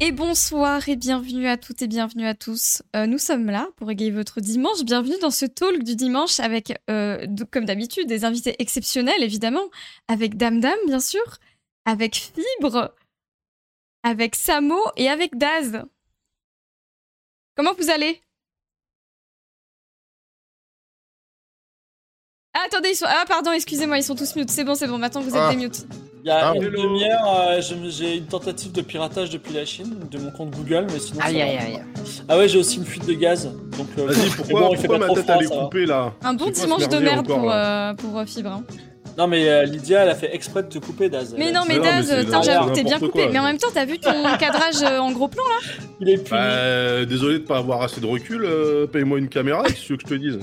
Et bonsoir et bienvenue à toutes et bienvenue à tous. Euh, nous sommes là pour égayer votre dimanche. Bienvenue dans ce talk du dimanche avec, euh, de- comme d'habitude, des invités exceptionnels évidemment, avec Dame Dame bien sûr, avec Fibre, avec Samo et avec Daz. Comment vous allez ah, Attendez, ils sont. Ah, pardon, excusez-moi, ils sont tous mute. C'est bon, c'est bon, maintenant que vous êtes Ah. des mute. Il y a Ah, une demi-heure, euh, je- j'ai une tentative de piratage depuis la Chine, de mon compte Google, mais sinon. ça Aïe va. aïe aïe. Ah ouais, j'ai aussi une fuite de gaz. Donc, euh, Vas-y, c'est pourquoi, bon, il fait pas pourquoi ma trop tête froid, elle est ça hein. va. coupée là Un bon C'est quoi ce dimanche de merdier merde encore, pour, là euh, pour euh, Fibre. hein. Non, mais euh, Lydia, elle a fait exprès de te couper, Daz. Mais Elle- non, mais non, mais Daz, c'est- putain, c'est j'avoue que t'es n'importe bien coupé. quoi. Mais en même temps, t'as vu ton cadrage euh, en gros plan là Il est puni. Bah, désolé de pas avoir assez de recul, euh, paye-moi une caméra si tu veux que je te dise.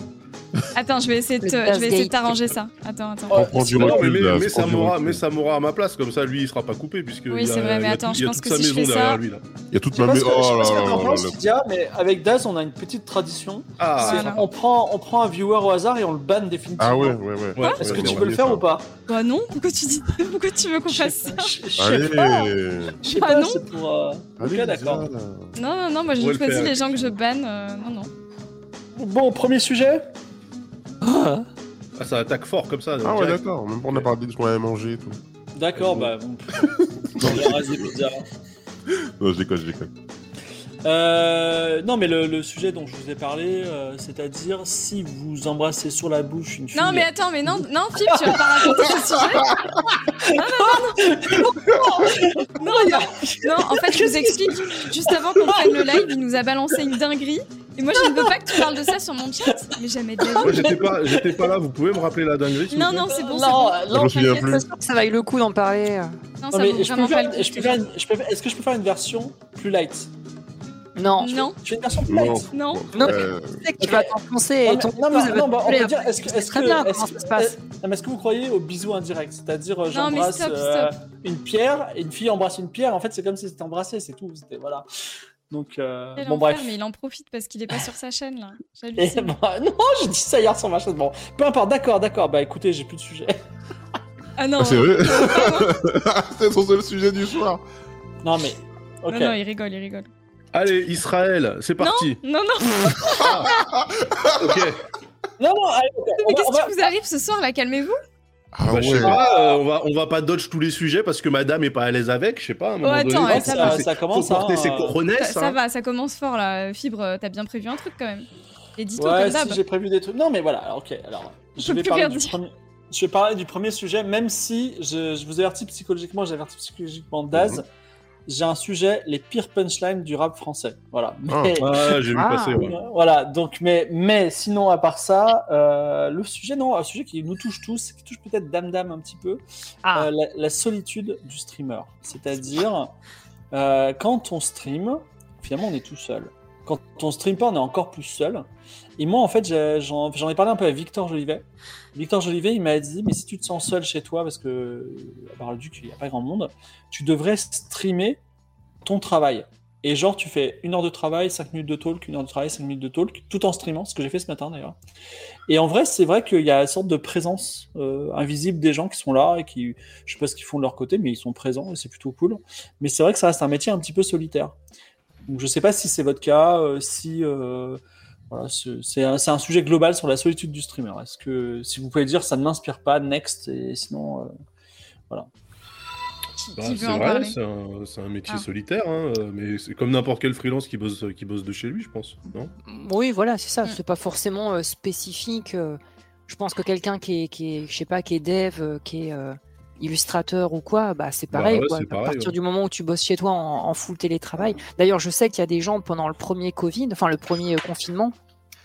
Attends, je vais essayer de, Le te- je vais Dazgate. essayer de t'arranger ça. Attends, attends. Oh, prends du Non, mais recul, mets, là, mets prends du Samora, recul. mets Samora à ma place, comme ça lui il sera pas coupé puisque Oui, il a- c'est vrai, mais il a attends, tout- il je a pense toute que sa si je maison fais ça- derrière lui là. Il y a toute Je sais ma pas mais oh ce que- je sais pas ce que là t'en là penses, là. Lydia, mais avec Daz, on a une petite tradition. Ah, C'est- Voilà. on, prend, on prend un viewer au hasard et on le banne définitivement. Ah ouais, ouais, ouais. ouais, Est-ce ouais, que c'est tu vrai. veux le faire ça. ou pas Bah non, pourquoi tu dis Pourquoi tu veux qu'on fasse ça Je je sais pas. Allez Je sais Ah pas, non. c'est pour. euh, Ok, Allez, d'accord. Lisa, là. Non, non, non, moi On va j'ai le choisi faire. les gens que je banne. euh, non, non. Bon, premier sujet Ah, ça attaque fort comme ça. Ah ouais, direct. d'accord. Même pas on a parlé de ce qu'on avait mangé et tout. D'accord, bah. bon. On verra des pizzas. Non, je déconne, je déconne. Euh, non, mais le, le sujet dont je vous ai parlé, euh, c'est-à-dire si vous embrassez sur la bouche une fille. Non, mais attends, mais non, non, Phil, tu vas pas raconter ce sujet. Non, non, non, en fait, je vous explique. Juste avant qu'on prenne le live, il nous a balancé une dinguerie. Et moi, je ne veux pas que tu parles de ça sur mon chat. Mais jamais de la vie. Moi j'étais pas, j'étais pas là, vous pouvez me rappeler la dinguerie s'il vous Non, plaît non, c'est bon, c'est Non, bon. non, Je me souviens plus. Pas sûr que ça vaille le coup d'en parler. Non, Non, ça mais vaut je peux vraiment pas le faire, coup. je peux faire une- je peux faire- est-ce que je peux faire une version plus light Non. Non, Je fais une version plus Non. light. non. Non, Euh, tu sais que tu vas t'enfoncer Non, et mais- ton non, épouse, mais- elle va non, te bah, on couler va dire, est-ce que, après. Tu sais est-ce très que- bien est-ce comment que- ça se passe. non, mais est-ce que vous croyez au bisou indirect C'est-à-dire, euh, Non, mais j'embrasse stop, euh, une pierre, et une fille embrasse une pierre, en fait, c'est comme si c'était embrassé, c'est tout. C'était, voilà. Donc, euh, Quel bon, enfer, bref. mais il en profite parce qu'il est pas sur sa chaîne là. Et J'hallucine. bah, non, j'ai dit ça hier sur ma chaîne. Bon, peu importe, d'accord, d'accord. Bah écoutez, j'ai plus de sujet. Ah non, ah, c'est vrai non, C'est son seul sujet du soir. Non, mais. Ok. non, il rigole, il rigole. Allez, Israël, c'est parti. Non, non, Ok. Non, non, allez, ok, on mais qu'est-ce va- bah, on va- qui vous arrive ce soir là Calmez-vous. Ah Bah, ouais. Je sais pas, euh, on, va, on va pas dodge tous les sujets parce que madame est pas à l'aise avec, je sais pas. À un moment attends, donné, ouais, faut ça porter va. ses- Ça commence, Faut porter hein, ses euh, coronesses, Ça, ça hein. va, ça commence fort là. Fibre, euh, t'as bien prévu un truc quand même. Et dis-toi Ouais, comme d'hab. si j'ai prévu des trucs. Non, mais voilà, alors, ok. Alors, je peux vais, plus parler rien du dire. premier... je vais parler du premier sujet, même si je, je vous avertis psychologiquement, j'avertis psychologiquement Daz. Mhm. J'ai un sujet, les pires punchlines du rap français. Voilà. Ah. Mais- Ouais, j'ai vu Ah. passer, ouais. Voilà, donc, mais, mais sinon, à part ça, euh, le sujet, non, un sujet qui nous touche tous, qui touche peut-être Dame Dame un petit peu, Ah. euh, la, la solitude du streamer. C'est-à-dire, euh, quand on stream, finalement, on est tout seul. Quand on stream pas, on est encore plus seul. Et moi, en fait, j'ai- j'en j'en ai parlé un peu à Victor Jolivet. Victor Jolivet, il m'a dit, mais si tu te sens seul chez toi, parce que, à part le duc, il n'y a pas grand monde, tu devrais streamer ton travail. Et genre, tu fais une heure de travail, cinq minutes de talk, une heure de travail, cinq minutes de talk, tout en streamant, ce que j'ai fait ce matin d'ailleurs. Et en vrai, c'est vrai qu'il y a une sorte de présence euh, invisible des gens qui sont là et qui, je sais pas ce qu'ils font de leur côté, mais ils sont présents et c'est plutôt cool. Mais c'est vrai que ça reste un métier un petit peu solitaire. Donc, je sais pas si c'est votre cas, euh, si euh, voilà, ce- c'est un, c'est un sujet global sur la solitude du streamer. Est-ce que si vous pouvez dire ça ne m'inspire pas, next, et sinon, euh, Qui, Bah, qui veut c'est en vrai, parler c'est un, c'est un métier Ah. solitaire, hein, euh, mais c'est comme n'importe quel freelance qui bosse, qui bosse de chez lui, je pense. Non Oui, voilà, c'est ça. Mm. C'est pas forcément euh, spécifique. euh, je pense que quelqu'un qui est, qui est, je sais pas, qui est dev, euh, qui est euh, illustrateur ou quoi, bah c'est Bah pareil. ouais, quoi. c'est à pareil, partir ouais. du moment où tu bosses chez toi en, en full télétravail. D'ailleurs, je sais qu'il y a des gens pendant le premier Covid, enfin le premier euh, confinement,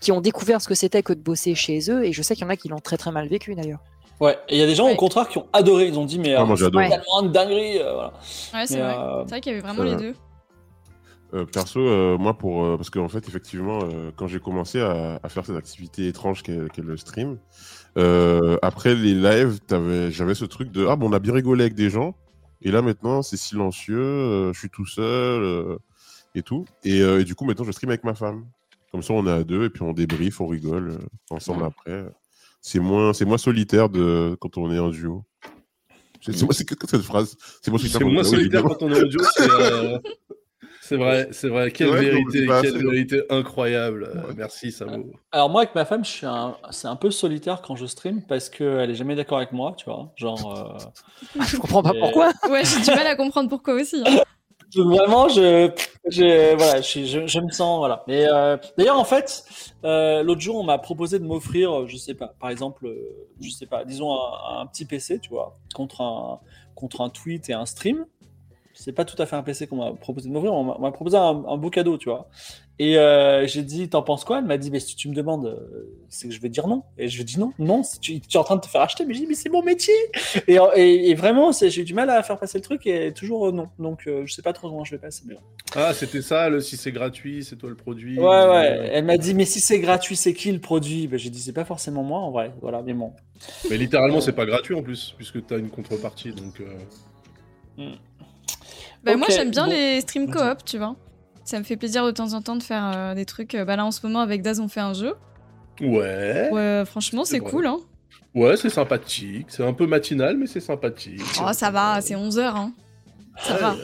qui ont découvert ce que c'était que de bosser chez eux. Et je sais qu'il y en a qui l'ont très très mal vécu d'ailleurs. ouais. Et il y a des gens Ouais. au contraire qui ont adoré, ils ont dit mais Ah, euh, moi j'adore. c'est tellement une dinguerie, euh, voilà. Ouais, c'est Mais, vrai. euh, C'est vrai qu'il y avait vraiment les euh, deux. Euh, perso, euh, moi, pour, euh, parce qu'en fait, effectivement, euh, quand j'ai commencé à, à faire cette activité étrange qu'est qu'est le stream, euh, après les lives, t'avais- j'avais ce truc de Ah, bon, on a bien rigolé avec des gens, et là maintenant, c'est silencieux, euh, je suis tout seul, euh, et tout. Et, euh, et du coup, maintenant, je stream avec ma femme. Comme ça, on est à deux, et puis on débrief, on rigole euh, ensemble après. C'est moins, c'est moins solitaire de, quand on est en duo. C'est c'est moi, c'est que que cette phrase. C'est moi C'est moins solitaire quand on est en duo, c'est, euh, C'est vrai, c'est vrai. Quelle Ouais, je me vérité, dis pas quelle assez. vérité incroyable. Euh, Merci, Samo. Alors moi avec ma femme, je suis un, c'est un peu solitaire quand je stream parce qu'elle est jamais d'accord avec moi, tu vois. Genre, euh, Ah, Je comprends pas Et- pourquoi. Ouais, j'ai du mal à comprendre pourquoi aussi. hein. je- vraiment, je, je, voilà, je, suis- je- je me sens, voilà. Mais euh, d'ailleurs, en fait, euh, l'autre jour, on m'a proposé de m'offrir, euh, je sais pas, par exemple, euh, je sais pas, disons un, un petit PC, tu vois, contre un, contre un tweet et un stream. C'est pas tout à fait un PC qu'on m'a proposé de m'offrir, on m'a- on m'a proposé un, un beau cadeau, tu vois. Et euh, j'ai dit, t'en penses quoi Elle m'a dit, mais si tu me demandes, euh, c'est que je vais dire non. Et je lui ai dit non, non, si tu, tu es en train de te faire acheter. Mais j'ai dit, mais c'est mon métier. Et, euh, et- et vraiment, c'est- j'ai eu du mal à faire passer le truc et toujours euh, non. Donc euh, je sais pas trop comment je vais passer. Mais bon. Ah, c'était ça, le si c'est gratuit, c'est toi le produit. Euh, Ouais, ouais. Elle m'a dit, mais si c'est gratuit, c'est qui le produit Ben, J'ai dit, c'est pas forcément moi en vrai. Voilà, mais bon. Mais littéralement, c'est pas gratuit en plus, puisque t'as une contrepartie. Donc, euh, Bah, Moi, Ok, j'aime bien bon. les streams Vas-y. coop, tu vois. Ça me fait plaisir de temps en temps de faire euh, des trucs. euh, Bah, là, en ce moment, avec Daz, on fait un jeu. ouais. Ouais, euh, franchement, C'est c'est vrai. cool. Hein. Ouais, c'est sympathique. C'est un peu matinal, mais c'est sympathique. Oh, ça va, c'est 11h. Hein. Ça va.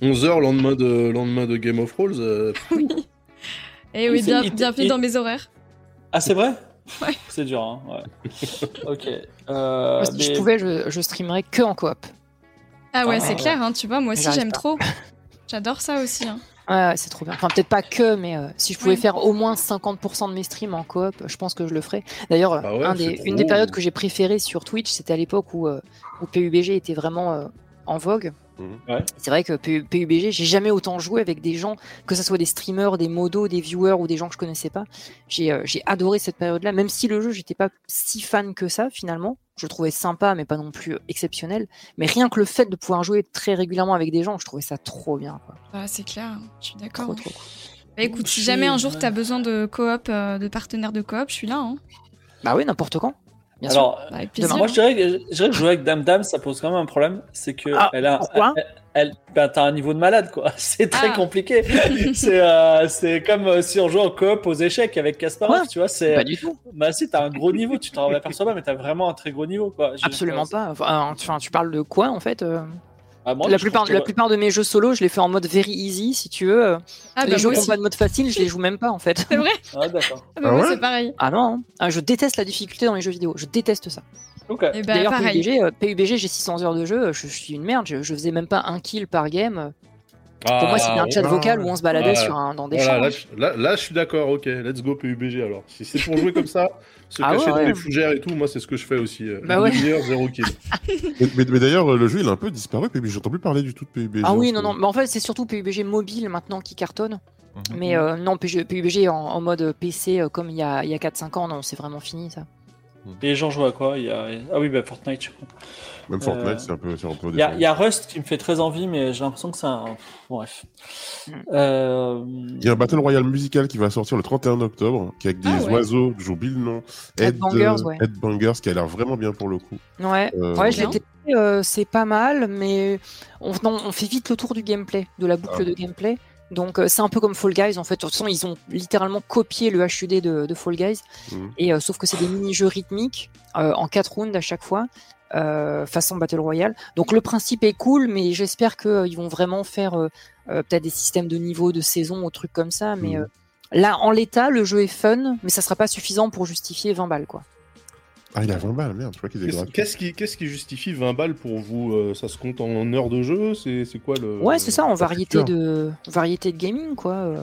11h, lendemain de, lendemain de Game of Thrones. euh, Et Eh oui, Il- bien, il- bienvenue il- dans mes horaires. Ah, c'est vrai Ouais. C'est dur, hein. Ouais. ok. Euh, Moi, si je mais- pouvais, je, je streamerais que en coop. Ah ouais, Ah, c'est ouais. clair, hein, tu vois, moi aussi, J'arrive j'aime pas. trop. J'adore ça aussi. hein. Ouais, ouais, c'est trop bien. Enfin, peut-être pas que, mais euh, si je pouvais Ouais. faire au moins 50% de mes streams en coop, je pense que je le ferais. D'ailleurs, Ah ouais, un c'est des- trop. une des périodes que j'ai préférées sur Twitch, c'était à l'époque où, euh, où PUBG était vraiment euh, en vogue. Mhm. Ouais. C'est vrai que P- PUBG, j'ai jamais autant joué avec des gens, que ce soit des streamers, des modos, des viewers ou des gens que je connaissais pas. J'ai euh, j'ai adoré cette période-là, même si le jeu, j'étais pas si fan que ça finalement. Je le trouvais sympa, mais pas non plus euh, exceptionnel. Mais rien que le fait de pouvoir jouer très régulièrement avec des gens, je trouvais ça trop bien. Quoi. Bah, c'est clair, hein, je suis d'accord. Trop, hein. trop. Bah, écoute, si Je- jamais un jour t'as besoin de coop, euh, de partenaires de coop, je suis là. Hein. Bah oui, n'importe quand. Bien sûr. Alors, Bah, avec Demain. plaisir. Moi, je dirais, que, je dirais que jouer avec Dame Dame, ça pose quand même un problème. C'est que Ah, elle a, pourquoi elle, elle- ben, t'as un niveau de malade, quoi. C'est très Ah. compliqué. c'est euh, c'est comme euh, si on jouait en coop aux échecs avec Kasparov, Ouais. tu vois. C'est Pas du tout. bah si, t'as un gros niveau, tu t'en aperçois pas, mais t'as vraiment un très gros niveau, quoi. Je- Absolument euh, pas. Enfin, tu, enfin, tu parles de quoi en fait euh ah, moi, la, je plupart, trouve la que- plupart de mes jeux solo, je les fais en mode very easy si tu veux. Euh, Ah, bah, les jeux moi qui ont aussi. pas de mode facile, je les joue même pas en fait. C'est vrai Ah, d'accord. Ah, bah, Ah moi, ouais c'est pareil. Ah non, hein. Ah, je déteste la difficulté dans les jeux vidéo, je déteste ça. Ok. Et bah, D'ailleurs, pareil. PUBG, euh, PUBG, j'ai 600 heures de jeu, euh, je, je suis une merde, je, je faisais même pas un kill par game. Pour moi, c'était Ah, un chat ouais. vocal où on se baladait Ouais. sur un, dans des Voilà, champs. là, je- là, là, je suis d'accord, ok, let's go PUBG alors. Si c'est pour jouer comme ça, se Ah cacher ouais, dans ouais. les fougères et tout, moi c'est ce que je fais aussi. euh, Bah une ouais. demi-heure, zéro kill. Mais, mais- mais d'ailleurs, euh, le jeu, il a un peu disparu. PUBG. J'entends plus parler du tout de PUBG. Ah en oui, ce non, non, moment. mais en fait, c'est surtout PUBG mobile maintenant qui cartonne. Mhm. Mais euh, non, PUBG, PUBG en, en mode PC, euh, comme il y a, il y a 4-5 ans, non, c'est vraiment fini ça. Et les gens jouent à quoi Il y a... Ah oui, bah Fortnite, je crois. Même Fortnite, c'est un peu. c'est un peu Il y, a- décevant. il y a Rust qui me fait très envie, mais j'ai l'impression que c'est un. Bref. Mm. Euh... Il y a un Battle Royale musical qui va sortir le 31 octobre, qui est avec des Ah ouais. oiseaux, j'ai oublié le nom. Headbangers, euh, ouais. Headbangers, qui a l'air vraiment bien pour le coup. Ouais, Euh, ouais je l'ai Non. testé, euh, c'est pas mal, mais on, non, on fait vite le tour du gameplay, de la boucle Ah. de gameplay. Donc euh, c'est un peu comme Fall Guys en fait. De toute façon, ils ont littéralement copié le HUD de, de Fall Guys, Mhm. et euh, sauf que c'est des mini-jeux rythmiques euh, en quatre rounds à chaque fois, euh, façon Battle Royale. Donc le principe est cool, mais j'espère qu'ils vont vraiment faire euh, euh, peut-être des systèmes de niveau, de saison, ou trucs comme ça. Mais Mhm. euh, là, en l'état, le jeu est fun, mais ça sera pas suffisant pour justifier 20 balles quoi. Ah, il a 20 balles, merde, je crois qu'il est Qu'est-ce gratuit. qu'est-ce qui, qu'est-ce qui justifie 20 balles pour vous euh, Ça se compte en heures de jeu C'est c'est quoi le. Ouais, c'est ça, en variété facteur. de, variété de gaming, quoi. euh.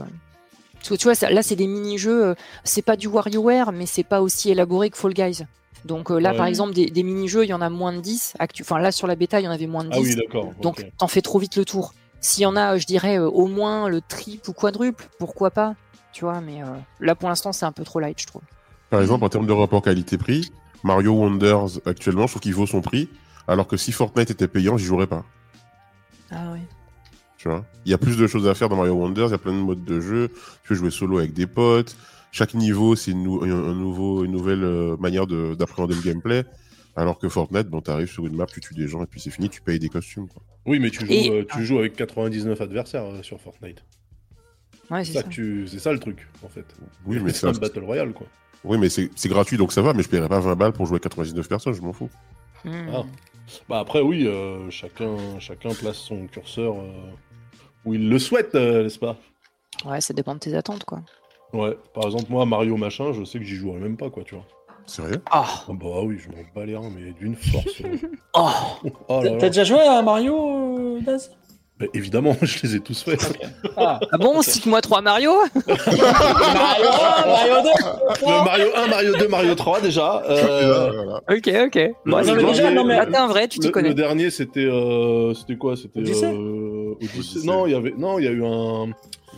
Parce que tu vois, ça- là, c'est des mini-jeux, euh, c'est pas du WarioWare, mais c'est pas aussi élaboré que Fall Guys. Donc euh, là, Ah Ouais. par exemple, des, des mini-jeux, il y en a moins de 10. actu- Enfin, là, sur la bêta, il y en avait moins de 10. Ah oui, d'accord. Donc, ok. t'en fais trop vite le tour. S'il y en a, euh, je dirais, euh, au moins le triple ou quadruple, pourquoi pas Tu vois, mais euh, là, pour l'instant, c'est un peu trop light, je trouve. Par exemple, en termes de rapport qualité-prix, Mario Wonders, actuellement, je trouve qu'il vaut son prix, alors que si Fortnite était payant, j'y jouerais pas. Ah ouais. Tu vois Il y a plus de choses à faire dans Mario Wonders, il y a plein de modes de jeu, tu peux jouer solo avec des potes, chaque niveau, c'est une, nou- un un nouveau, une nouvelle euh, manière de- d'appréhender le gameplay. Alors que Fortnite, bon, t'arrives sur une map, tu tues des gens et puis c'est fini, tu payes des costumes. quoi. Oui, mais tu joues, Et- ah. euh, tu joues avec 99 adversaires euh, sur Fortnite. Ouais, C'est c'est ça, ça. que tu... c'est ça le truc, en fait. Oui, mais c'est ça- un Battle Royale, quoi. oui, mais c'est c'est gratuit, donc ça va, mais je paierais pas 20 balles pour jouer 99 personnes, je m'en fous. Hmm. Ah. Bah après oui, euh, chacun, chacun place son curseur euh, Ou ils le souhaitent, euh, n'est-ce pas Ouais, ça dépend de tes attentes, quoi. Ouais. Par exemple, moi, Mario machin, je sais que j'y jouerai même pas, quoi, tu vois. Sérieux Ah Ah bah oui, je m'en bats les reins, mais d'une force. euh. Oh Oh T'as là là. t'as déjà joué à Mario, euh, Daz Bah, évidemment, je les ai tous faits. Ah, Ah bon, Ok. cite-moi trois Mario Mario 1, Mario 2 Le Mario 1, Mario 2, Mario 3 déjà. euh, Ah, Voilà. Ok, ok. le- non, mais le déjà, dernier- non, mais Là, t'es un vrai, tu t'y Bah, le- connais. Le dernier, c'était euh, c'était quoi C'était Odyssey euh, Odyssey. Odyssey. Non, il y avait non, il y a eu un Non,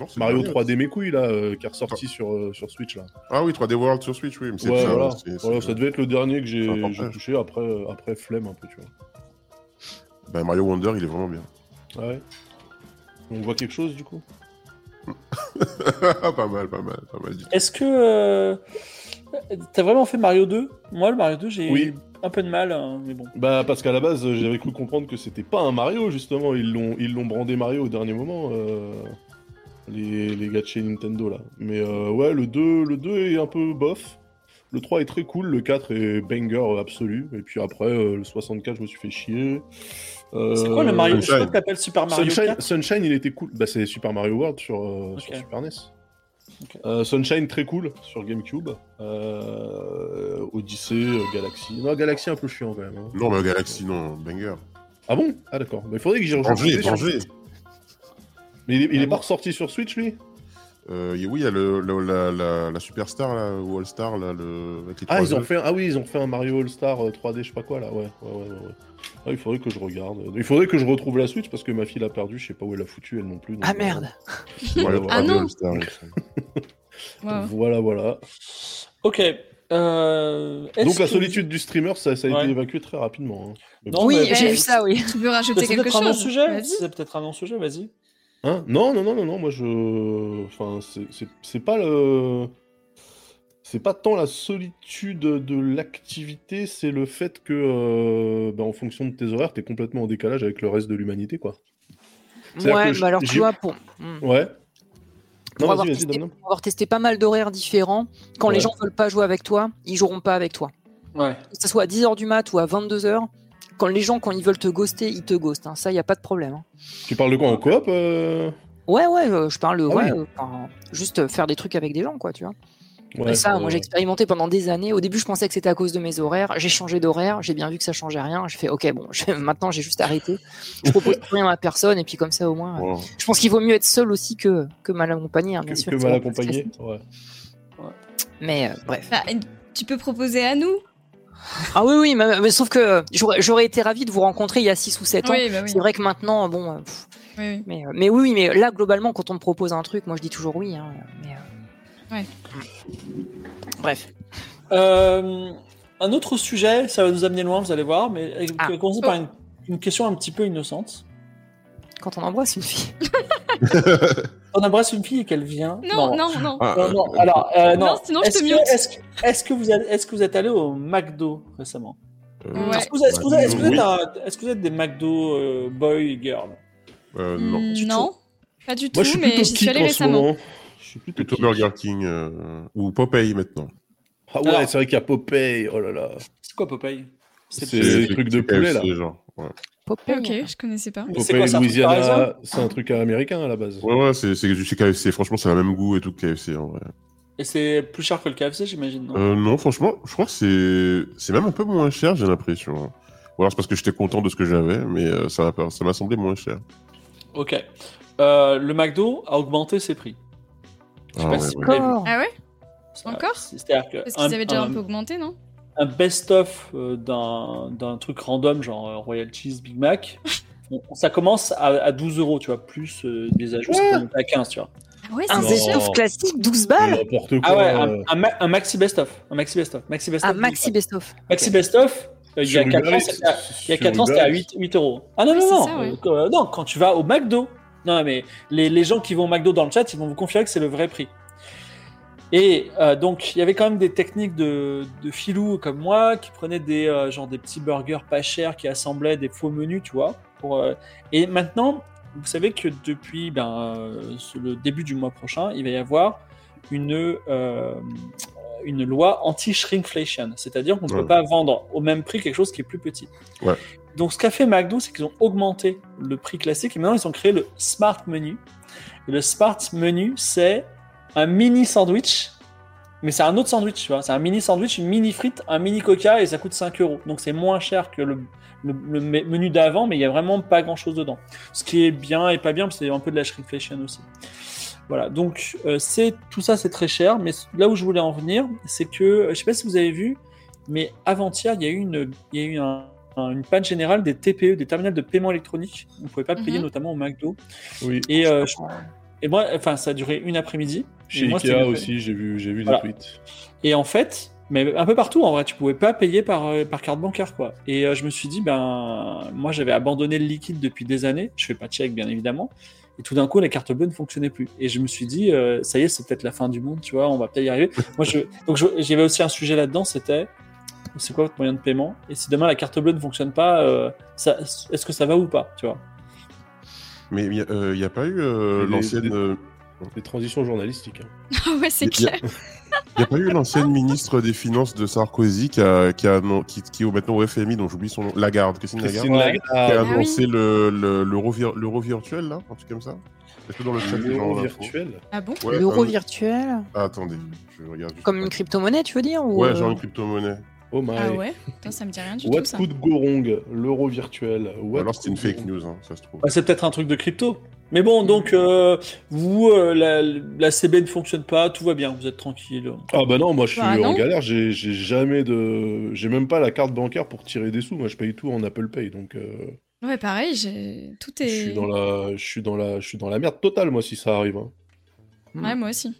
c'est Mario pas bien. 3D mes couilles là euh, qui est ressorti sur euh, sur Switch là. Ah oui, 3D World sur Switch, oui. mais c'est Ouais, ça, voilà. c'est- c'est- Voilà, ça devait être le dernier que C'est un j'ai j'ai portage. touché après euh, après flemme un peu, tu vois. Bah, Mario Wonder, il est vraiment bien. Ah ouais. On voit quelque chose du coup pas mal, pas mal, pas mal. du tout. Est-ce que. euh, T'as vraiment fait Mario 2 Moi, le Mario 2, j'ai Oui. un peu de mal, hein, mais bon. Bah parce qu'à la base euh, j'avais cru comprendre que c'était pas un Mario justement, ils l'ont ils l'ont brandé Mario au dernier moment euh, les, les gars de chez Nintendo là. Mais euh, ouais, le 2 le 2 est un peu bof. Le 3 est très cool, le 4 est banger absolu et puis après euh, le 64 je me suis fait chier. Euh, C'est quoi le Mario Je Sunshine. crois que t'appelles Super Mario Sunshine, 4. Sunshine, il était cool. Bah, c'est Super Mario World sur, euh, Ok. sur Super NES. Ok. Euh, Sunshine, très cool sur GameCube. Euh, Odyssey, euh, Galaxy. Non, Galaxy, un peu chiant quand même. hein. Non, mais Galaxy, non, banger. Ah bon Ah, d'accord. Bah, il faudrait que j'y rejoue. Danger, sur- danger. Mais il est, Ah il est pas ressorti sur Switch, lui Euh, et oui, il y a le, le- la, la, la superstar là, ou All Star là, le, avec les Ah, trois ils ont ailes. fait un... ah oui, ils ont fait un Mario All-Star euh, 3D, je sais pas quoi, là. Ouais, ouais, ouais. ouais, ouais. Ah, il faudrait que je regarde. Il faudrait que je retrouve la Switch parce que ma fille l'a perdue. Je sais pas où elle l'a foutue, elle non plus. donc, Ah euh, merde Mario Ah 3D non. All-Star, oui. Waouh. Voilà, voilà. Ok. euh, est-ce Donc la que- solitude du streamer, ça, ça a Ouais. été évacué très rapidement. hein. Mais Non, bon. mais- Oui, j'ai eh, vu ça, oui. Tu veux rajouter C'est quelque peut-être un chose non-sujet. Vas-y. C'est peut-être un non-sujet, vas-y. Hein non, non, non, non, non, moi je. Enfin, c'est- c'est- c'est pas le. C'est pas tant la solitude de l'activité, c'est le fait que, euh, ben, en fonction de tes horaires, t'es complètement en décalage avec le reste de l'humanité, quoi. C'est-à-dire Ouais, que je- mais alors j'ai- tu vois, pour, hmm. Ouais. pour Non, avoir, vas-y, vas-y, testé, Dom-Dom. pour avoir testé pas mal d'horaires différents, quand Ouais. les gens veulent pas jouer avec toi, ils joueront pas avec toi. Ouais. Que ce soit à 10h du mat ou à 22h, quand les gens, quand ils veulent te ghoster, ils te ghostent. hein. Ça, il n'y a pas de problème. hein. Tu parles de quoi en coop euh Ouais, ouais, euh, je parle, Ah ouais, oui. euh, enfin, juste euh, faire des trucs avec des gens, quoi, tu vois. Ouais, Et ça, moi, euh, j'ai expérimenté pendant des années. Au début, je pensais que c'était à cause de mes horaires. J'ai changé d'horaire. J'ai bien vu que ça changeait rien. J'ai fait, OK, bon, je- maintenant, j'ai juste arrêté. Je propose plus rien à personne. Et puis, comme ça, au moins. euh, Wow. Je pense qu'il vaut mieux être seul aussi que, que mal accompagné, hein, bien Que, sûr. que c'est mal un peu accompagné. stressant. Ouais. Mais euh, bref. Bah, tu peux proposer à nous Ah oui, oui, mais, mais sauf que euh, j'aurais j'aurais été ravi de vous rencontrer il y a 6 ou 7 ans. Oui, bah oui. C'est vrai que maintenant, bon, euh, pff, oui, oui. mais, euh, mais oui, oui, mais là, globalement, quand on me propose un truc, moi, je dis toujours oui. hein, mais, euh, Ouais. Bref. Euh, un autre sujet, ça va nous amener loin, vous allez voir, mais euh, Ah. commençons Oh. par une, une question un petit peu innocente. Quand on embrasse une fille. On embrasse une fille et qu'elle vient. Non, non, non. Ah, Non, euh, non, alors, euh, non. Non, sinon, je Est-ce te que- mute. Est-ce que, est-ce que vous êtes- est-ce que vous êtes allé au McDo récemment euh, Ouais. Est-ce que vous êtes- est-ce que vous êtes- est-ce que vous êtes Oui. un- est-ce que vous êtes des McDo euh, boy et girl euh, non. Mm, du non, pas du tout, Moi, je suis mais plutôt j'y suis kick allée en ce récemment. moment. Je suis plutôt Plutôt kick. Burger King euh, ou Popeye maintenant. Ah ouais, Alors- c'est vrai qu'il y a Popeye. Oh là là. C'est quoi Popeye C'est C'est- les trucs de poulet, là. KFC, genre. Ouais, Popeye. Ok, je connaissais pas. Mais c'est quoi, Popeye ça, par Louisiana, c'est un truc américain à la base. ouais, ouais, c'est c'est- c'est KFC. Franchement, c'est le même goût et tout que KFC en vrai. Et c'est plus cher que le KFC, j'imagine. non Euh, non, franchement, je crois que c'est c'est même un peu moins cher, j'ai l'impression. Ou alors c'est parce que j'étais content de ce que j'avais, mais euh, ça m'a pas- ça m'a semblé moins cher. Ok. Euh, le McDo a augmenté ses prix. Je sais Ah pas ouais, si vous ouais. l'avez vu. Encore. Ah ouais Ça- Encore Euh, C'est-à-dire que Parce qu'ils un- avaient déjà un un- peu augmenté, non un best-of euh, d'un d'un truc random, genre euh, Royal Cheese, Big Mac, on- ça commence à, à 12 euros, tu vois, plus euh, des ajouts, ça peut monter à 15, tu vois. Ah ouais, Un Non. c'est cher. best-of classique, 12 balles. N'importe quoi. Ah ouais, un, euh, un ma- un maxi best-of. Un maxi best-of. Maxi best-of. Ah, maxi best-of. Maxi best-of, euh, il y a sur 4 Uber ans, Eats, c'était à, il y a sur quatre ans, Uber c'était à Eats. 8, 8 euros. Ah non, Oui, non, c'est non. ça, ouais. euh, euh, non, quand tu vas au McDo, non, mais les, les gens qui vont au McDo dans le chat, ils vont vous confier que c'est le vrai prix. Et euh, donc, il y avait quand même des techniques de, de filous comme moi qui prenaient des, euh, genre des petits burgers pas chers, qui assemblaient des faux menus, tu vois. Pour, euh, Et maintenant, vous savez que depuis ben, euh, ce- le début du mois prochain, il va y avoir une, euh, une loi anti-shrinkflation, c'est-à-dire qu'on ne Ouais. peut pas vendre au même prix quelque chose qui est plus petit. Ouais. Donc ce qu'a fait McDo, c'est qu'ils ont augmenté le prix classique et maintenant ils ont créé le Smart Menu. Et le Smart Menu, c'est un mini sandwich, mais c'est un autre sandwich, tu vois. C'est un mini sandwich, une mini frite, un mini coca et ça coûte 5 euros. Donc c'est moins cher que le, le- le me- menu d'avant, mais il n'y a vraiment pas grand chose dedans. Ce qui est bien et pas bien, parce que c'est un peu de la shrinkflation aussi. Voilà, donc euh, c'est tout ça, c'est très cher. Mais c- là où je voulais en venir, c'est que euh, je sais pas si vous avez vu, mais avant-hier, il y a eu une, il y a eu un- un- une panne générale des TPE, des terminales de paiement électronique. On ne pouvait pas payer, Mhm. notamment au McDo. Oui. Et, euh, je- et moi, enfin, ça a duré une après-midi. Chez Et moi, c'était Ikea le- aussi, j'ai vu, j'ai vu Voilà. des tweets. et en fait, mais un peu partout en vrai, tu pouvais pas payer par, euh, par carte bancaire quoi. Et euh, je me suis dit, ben moi j'avais abandonné le liquide depuis des années, je fais pas de chèque bien évidemment. Et tout d'un coup, la carte bleue ne fonctionnait plus. Et je me suis dit, euh, ça y est, c'est peut-être la fin du monde, tu vois, on va peut-être y arriver. Moi, je, donc je- j'avais aussi un sujet là-dedans, c'était c'est quoi votre moyen de paiement Et si demain la carte bleue ne fonctionne pas, euh, ça- est-ce que ça va ou pas, tu vois Mais il n'y a, euh, y a pas eu euh, Mais les- l'ancienne. les- euh, Des transitions journalistiques. hein. Ah ouais, c'est Il y a- clair. Il n'y a pas eu l'ancienne ministre des Finances de Sarkozy qui, a, qui, a, non- qui, qui est maintenant au FMI, dont j'oublie son nom, Lagarde, Christine Lagarde, Christine Lagarde. qui a Lagarde, oui. annoncé le- le- l'euro vir- l'euro virtuel, là, un truc comme Ah, ça Est-ce que dans le chat, les gens ont l'euro l'info virtuel. Ah bon Ouais, L'euro euh, virtuel ah, Attendez, je regarde juste. Comme une crypto-monnaie, tu veux dire ou, Ouais, euh, genre une crypto-monnaie. Oh my. Ah ouais Putain, ça me dit rien du What tout ça. could go wrong L'euro virtuel. Ou What alors c'est could une go fake wrong news, hein, ça se trouve. Bah, c'est peut-être un truc de crypto. Mais bon, donc, euh, vous, euh, la, la CB ne fonctionne pas, tout va bien, vous êtes tranquille. Ah bah non, moi je suis Bah en non. galère, j'ai j'ai jamais de... J'ai même pas la carte bancaire pour tirer des sous, moi je paye tout en Apple Pay, donc euh, Ouais, pareil, j'ai tout je est. suis dans la... Je suis dans la... Je suis dans la merde totale, moi, si ça arrive. hein. Ouais, moi aussi.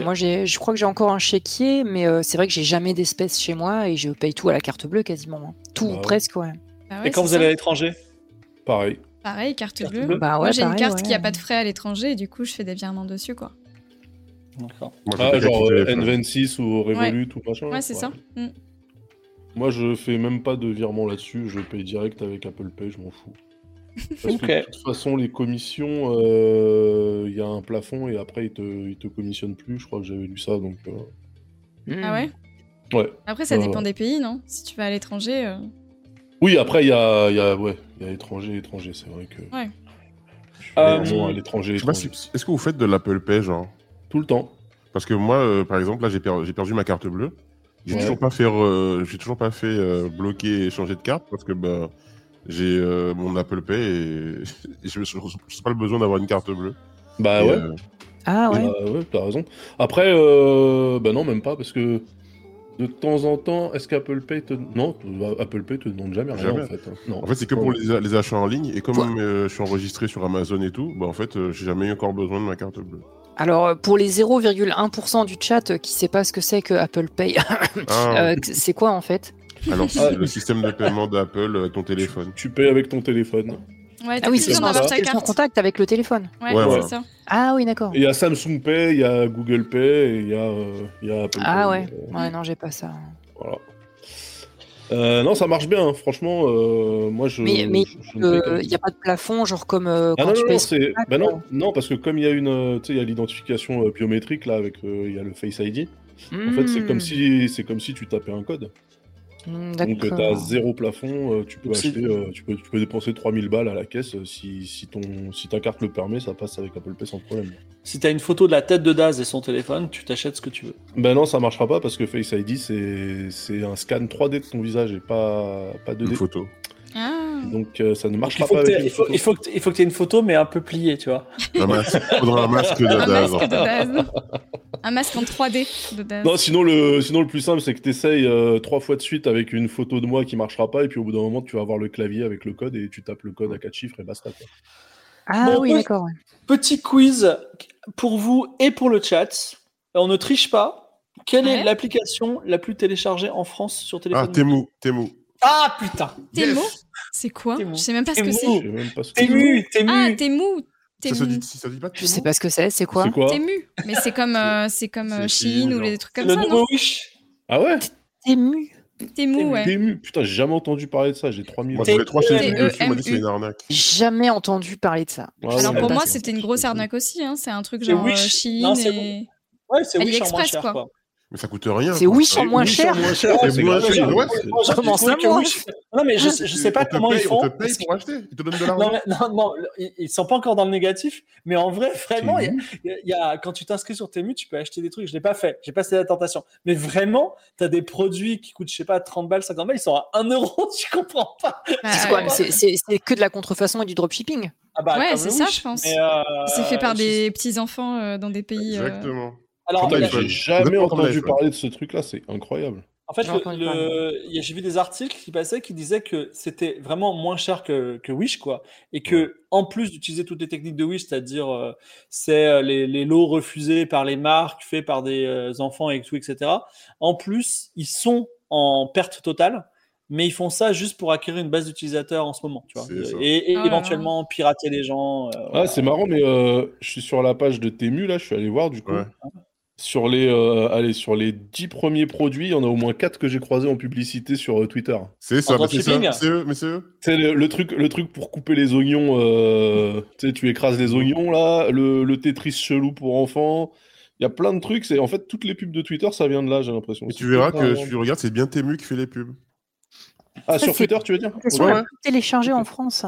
Moi, j'ai- je crois que j'ai encore un chéquier, mais euh, c'est vrai que j'ai jamais d'espèces chez moi et je paye tout à la carte bleue quasiment. hein. Tout, Bah ouais. presque, ouais. Bah ouais, Et quand c'est vous allez à ça. l'étranger Pareil. Pareil, carte, Carte bleue. bleue. Bah Moi, ouais, j'ai une pareil, carte ouais. qui a pas de frais à l'étranger et du coup, je fais des virements dessus, quoi. D'accord. Moi, j'ai Ah, pas genre quitté euh, les plans. N26 ou Revolut ou machin. Ouais, c'est ça. Mm. Moi je fais même pas de virement là-dessus, je paye direct avec Apple Pay, je m'en fous. Parce que Ok. de toute façon, les commissions, euh, il y a un plafond et après ils te, ils te commissionnent plus, je crois que j'avais lu ça, donc... euh, Mm. Ah ouais Ouais. Après, ça Euh. dépend des pays, non Si tu vas à l'étranger. euh, Oui, après, il y a, il y, a, ouais, il y a étranger, étranger, c'est vrai que. Ouais. Je suis Euh, vraiment à l'étranger, Je sais pas étranger. si- Est-ce que vous faites de l'Apple Pay, genre Tout le temps. Parce que moi, euh, par exemple, là, j'ai per- j'ai perdu ma carte bleue. J'ai Ouais. toujours pas fait, re- j'ai toujours pas fait euh, bloquer et changer de carte parce que bah, j'ai euh, mon Apple Pay et je n'ai pas le besoin d'avoir une carte bleue. Bah Et, ouais, euh, Ah ouais. bah ouais, t'as raison. Après, euh, bah non, même pas, parce que de temps en temps, est-ce qu'Apple Pay te. Non, bah, Apple Pay te demande jamais rien, Jamais. en fait. hein. Non. en fait, c'est que pour les, a- les achats en ligne et comme Ouais. euh, je suis enregistré sur Amazon et tout, bah, en fait, euh, j'ai jamais eu encore besoin de ma carte bleue. Alors, euh, pour les 0,1% du chat euh, qui sait pas ce que c'est que Apple Pay, Ah, euh, c'est quoi en fait alors c'est le système de paiement d'Apple avec ton téléphone. Tu payes avec ton téléphone. Ouais, t'as Ah oui, plus c'est c'est besoin sans, d'avoir ta c'est sans carte. contact avec le téléphone. Ouais, Ouais, c'est voilà. ça. Ah oui, d'accord. Et il y a Samsung Pay, il y a Google Pay, et il y, a, euh, il y a Apple Ah Pay. ouais. euh, Ouais, non, j'ai pas ça. voilà. Euh, non, ça marche bien, hein, franchement. euh, moi, je. Mais- mais je- je Il ne paye comme ça. n'y Euh, a pas de plafond, genre comme euh, Ah quand non, tu non, non, payes. c'est... contact, Bah euh. non, non, parce que comme il y a une, euh, tu sais, il y a l'identification euh, biométrique là avec, euh, il y a le Face ID. En fait, c'est comme si, c'est comme si tu tapais un code. Hmm, Donc euh, d'accord. t'as zéro plafond, euh, tu peux Donc, c'est- acheter, euh, tu peux, tu peux dépenser 3000 balles à la caisse euh, si, si ton, si ta carte le permet, ça passe avec Apple Pay sans problème. Si t'as une photo de la tête de Daz et son téléphone, tu t'achètes ce que tu veux. Bah non, ça marchera pas parce que Face ID c'est, c'est un scan 3D de ton visage et pas, pas Une 2D. photo. Ah. Donc euh, ça ne Il marchera faut, pas que avec t'aies- une il, faut, photo. il faut que t'aies- il faut que t'aies une photo, mais un peu pliée, tu vois. Un masque. Faudra un masque de Un Daz. masque de Daz. Un masque en 3D de Daz. Non, sinon le, sinon le plus simple, c'est que tu essayes trois fois de suite avec une photo de moi qui marchera pas, et puis au bout d'un moment, tu vas avoir le clavier avec le code et tu tapes le code à quatre chiffres et basta. quoi. Ah Bon, oui, moi- d'accord. ouais. Petit quiz pour vous et pour le chat. Euh, On ne triche pas. Quelle est Ouais. l'application la plus téléchargée en France sur téléphone Ah, Temu, Temu. Ah, putain Temo C'est quoi Temo. Je sais même pas ce que Temo. c'est. Je sais même pas ce que T'es mu, t'es Ah, mu. t'es mou. T'es Ça se mou. dit, ça se dit pas Je Temu sais pas ce que c'est, c'est quoi C'est quoi T'es mu. Mais c'est comme, euh, c'est comme euh, c'est Chine Temu, ou les genre. trucs C'est comme ça, le non nouveau Wish. Ah ouais T'es mu T'es mou, Temu. ouais. Tému. Putain, j'ai jamais entendu parler de ça, j'ai 3000. Moi, j'avais trois chez T- les dessus, on m'a dit E- c'est une arnaque. Jamais entendu parler de ça. Ah Je ouais, sais Alors pas pour ce moi, que c'était une grosse arnaque aussi. Hein. C'est un truc C'est genre euh, Wish. Chine Non, c'est et. Ouais, c'est Wish en moins AliExpress, cher, quoi. quoi. Mais ça coûte rien. C'est quoi. Wish en Et moins Wish cher. moins cher, C'est moins gratuit, cher, ouais. c'est- Moi, j'ai Comment trouvé ça, que moi Wish- Non, mais je, je sais pas On te comment paye- ils font. On te paye pour acheter. Ils te donnent Ah de l'argent. Non, mais- non, non, le- ils- ils sont pas encore dans le négatif, mais en vrai, vraiment, il y a- il y a- il y a- quand tu t'inscris sur Temu, tu peux acheter des trucs. Je l'ai pas fait, j'ai passé la tentation. Mais vraiment, tu as des produits qui coûtent, je sais pas, 30 balles, 50 balles, ils sont à 1 euro, tu comprends pas. C'est Bah, quoi euh, mais c'est- C'est c'est que de la contrefaçon et du dropshipping. Ah bah, Ouais, comme c'est le ça, Wish. je pense. Mais, euh, C'est fait par je- des petits-enfants euh, dans des pays. euh, Exactement. Alors, Quand il y a- t'as J'ai iPhone. jamais Vous êtes pas entendu iPhone. parler de ce truc-là, c'est incroyable. En fait, J'ai le- entendu le- parler. il y a- j'ai vu des articles qui passaient qui disaient que c'était vraiment moins cher que, que Wish, quoi. Et que, en plus d'utiliser toutes les techniques de Wish, c'est-à-dire euh, c'est euh, les, les lots refusés par les marques, faits par des euh, enfants et tout, etc. En plus, ils sont en perte totale, mais ils font ça juste pour acquérir une base d'utilisateurs en ce moment, tu vois. C'est ça. Et, Oh et Ah là là. éventuellement pirater les gens. euh, Ah, c'est marrant, mais euh, je suis sur la page de Temu, là, je suis allé voir du coup. Ouais. Sur les, euh, allez, sur les 10 premiers produits, il y en a au moins 4 que j'ai croisés en publicité sur euh, Twitter. C'est ça, En bah, c'est dropshipping. ça. C'est eux, mais c'est eux. C'est le, le truc, le truc pour couper les oignons. euh, tu sais, tu écrases les oignons là, le, le Tetris chelou pour enfants. Il y a plein de trucs. C'est en fait toutes les pubs de Twitter, ça vient de là, j'ai l'impression. Et C'est tu verras tout que un- tu regardes, c'est bien Temu qui fait les pubs. Ah Ça, sur c'est- Twitter, tu veux dire Qu'est-ce Ouais, qu'on a ouais. pu télécharger en France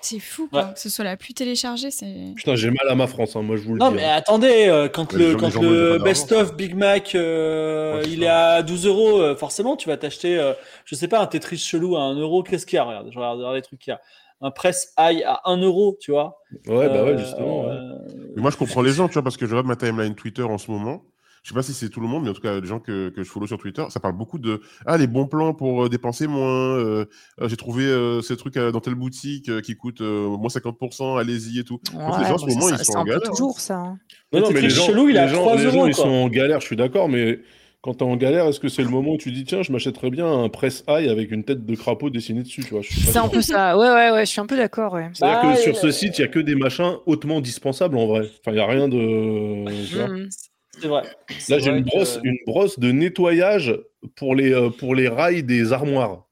C'est fou, quoi. Que ce soit la plus téléchargée, c'est. Putain, j'ai mal à ma France. hein, moi, je vous le Non, dis. mais hein. attendez, euh, quand Bah, Les le, gens- les quand gens veulent le pas d'argent. best-of Big Mac euh, Ouais, c'est il ça. est à 12 euros, euh, forcément, tu vas t'acheter, euh, je sais pas, un Tetris chelou à 1 euro. Qu'est-ce qu'il y a Regarde, je regarde, regarde les trucs qu'il y a. Un presse aille à 1 euro, tu vois. Ouais, bah ouais, Euh, justement. ouais. euh, Mais moi, je comprends les gens, tu vois, parce que je regarde ma timeline Twitter en ce moment. Je sais pas si c'est tout le monde, mais en tout cas, les gens que, que je follow sur Twitter, ça parle beaucoup de ah les bons plans pour euh, dépenser moins. euh, euh, J'ai trouvé euh, ce truc euh, dans telle boutique euh, qui coûte euh, moins 50%. Allez-y et tout. les gens, en ce bah, moment, ça- ils sont C'est en un peu galère, hein. toujours ça. hein. Non, non, Le mais les Tetris gens, chelou, il est à les gens- 3 les gens, euros, ils quoi. sont en galère, je suis d'accord, mais quand t'es en galère, est-ce que c'est le moment où tu dis tiens, je m'achèterais bien un presse high avec une tête de crapaud dessinée dessus, tu vois je suis pas C'est un sûr. peu ça. Ouais, ouais, ouais, je suis un peu d'accord. Ouais. C'est-à-dire Bah, que euh, sur ce site, il y a que des machins hautement dispensables en vrai. Enfin, il y a rien de. tu vois. Mhm. C'est vrai. C'est Là, j'ai vrai une que- brosse, une brosse de nettoyage pour les euh, pour les rails des armoires.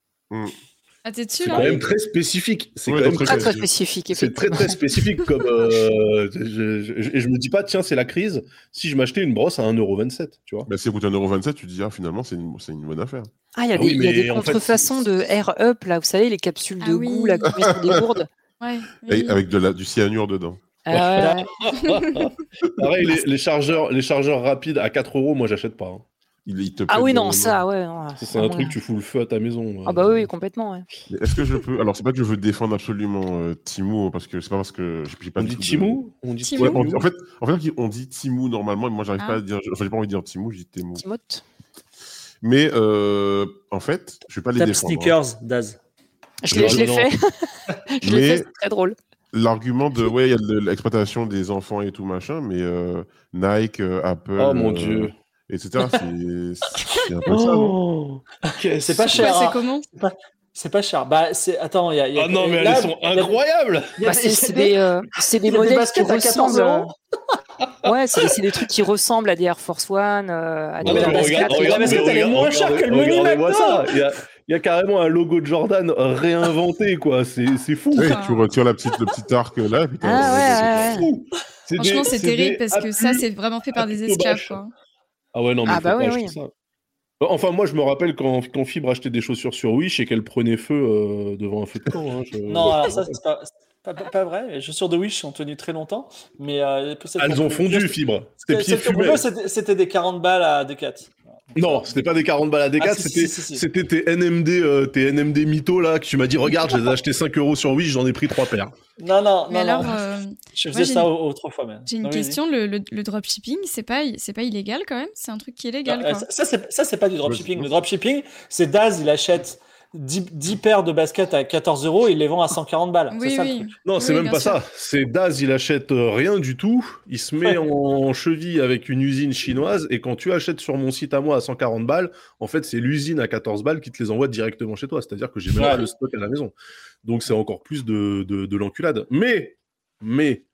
Ah, t'es dessus, C'est là quand même très spécifique. C'est Ouais, quand même donc, Très, Ouais, très je- spécifique. C'est très très spécifique comme. euh, je, je- je- je me dis pas, tiens, c'est la crise. Si je m'achetais une brosse à 1,27€, tu vois. Bah, si elle coûte 1,27€, tu te dis ah finalement c'est une, c'est une bonne affaire. Ah, il y a Ah des, oui, il y a mais des en fait, contrefaçons c'est- de air up, là, vous savez, les capsules Ah de oui. goût, là, qu'on met sur des gourdes. Ouais. Mm. Et oui. avec de la, du cyanure dedans. Ah, ouais, ouais. Pareil, les, les chargeurs, les chargeurs rapides à 4 euros, moi, j'achète pas. hein. Il, il te Ah pète oui, dans non, le- ça, ouais. non, Ça, C'est ah un bon, truc, là. tu fous le feu à ta maison. Ah, euh. bah oui, complètement, ouais. Mais Est-ce que je peux Alors c'est pas que je veux défendre absolument euh, Timou parce que c'est pas parce que j'ai- j'ai pas On du dit tout de- Timou On dit Timou Ouais, on dit- en fait, en fait, on dit Timou normalement, et moi j'arrive Ah. pas à dire, enfin j'ai pas envie de dire Timou, je dis Timou. Timothée. Mais euh, en fait, je vais pas les Tape défendre. hein. sneakers, Daz. Je l'ai Non, je l'ai non. fait. Je l'ai Mais- fait, c'est très drôle. L'argument de ouais, il y a de l'exploitation des enfants et tout machin, mais euh, Nike, euh, Apple, Oh mon euh, dieu. etc. C'est c'est un peu ça. non Qu'est-ce C'est pas Ouais, cher. c'est hein. comment C'est pas cher. Bah, c'est. Attends, il y a. il y a- Ah non, mais là, elles sont il y a- incroyables il y a- Bah, c'est c'est des, euh, c'est des il y a des modèles qui baskets à 14 ressemblent. euros. euh, Ouais, c'est c'est des trucs qui ressemblent à des Air Force One, euh, à des Ah, mais la Air Max basket, regarde- 4, la regarde- basket, elle est regarde- moins chère regardez- que le menu regardez-moi maintenant. ça. Il y a, il y a carrément un logo de Jordan réinventé, quoi. C'est c'est fou. Ouais, Enfin. tu retires la petite, le petit arc euh, là, putain. Oh. Ah, c'est- ouais, ouais, ouais. C'est des- Franchement, c'est des terrible parce que ça, appuis. c'est vraiment fait par des appuis au esclaves, bâche. quoi. Ah ouais, non, mais Ah faut bah pas oui, acheter oui. ça. Bah, Enfin, moi, je me rappelle quand, quand Fibre achetait des chaussures sur Wish et qu'elle prenait feu euh, devant un feu de camp. hein, je- Non, alors ça, c'est pas, c'est pas, pas- pas vrai. Les chaussures de Wish ont tenu très longtemps, mais euh, celles Elles qu'on ont peut- fondu, Fibre. Tes celles- pieds celles qu'on fumaient. peut- c'était- C'était des 40 balles à Decat. Non, c'était pas des 40 balles à D4, Ah, si, si, c'était si, si, si. c'était tes NMD, euh, tes NMD mythos là, que tu m'as dit, regarde, je les ai achetés 5 euros sur Wish, j'en ai pris 3 paires. Non, non, Mais non, alors, non. euh, je moi, faisais j'ai ça une- au- autrefois même. j'ai une Non, vas-y. question. Le, le, le dropshipping, c'est pas, c'est pas illégal quand même C'est un truc qui est Non, légal, euh, quoi. ça, ça, c'est- ça, c'est pas du dropshipping. Vas-y. Le dropshipping, c'est Daz, il achète 10, 10 paires de baskets à 14 euros et il les vend à 140 balles. c'est Oui, ça le oui. truc. Non, c'est Oui, même bien pas sûr. ça. C'est Daz, il achète euh, rien du tout. Il se met en cheville avec une usine chinoise. Et quand tu achètes sur mon site à moi à 140 balles, en fait, c'est l'usine à 14 balles qui te les envoie directement chez toi. C'est-à-dire que j'ai même Ouais. pas le stock à la maison. Donc, c'est encore plus de, de, de l'enculade. Mais, mais,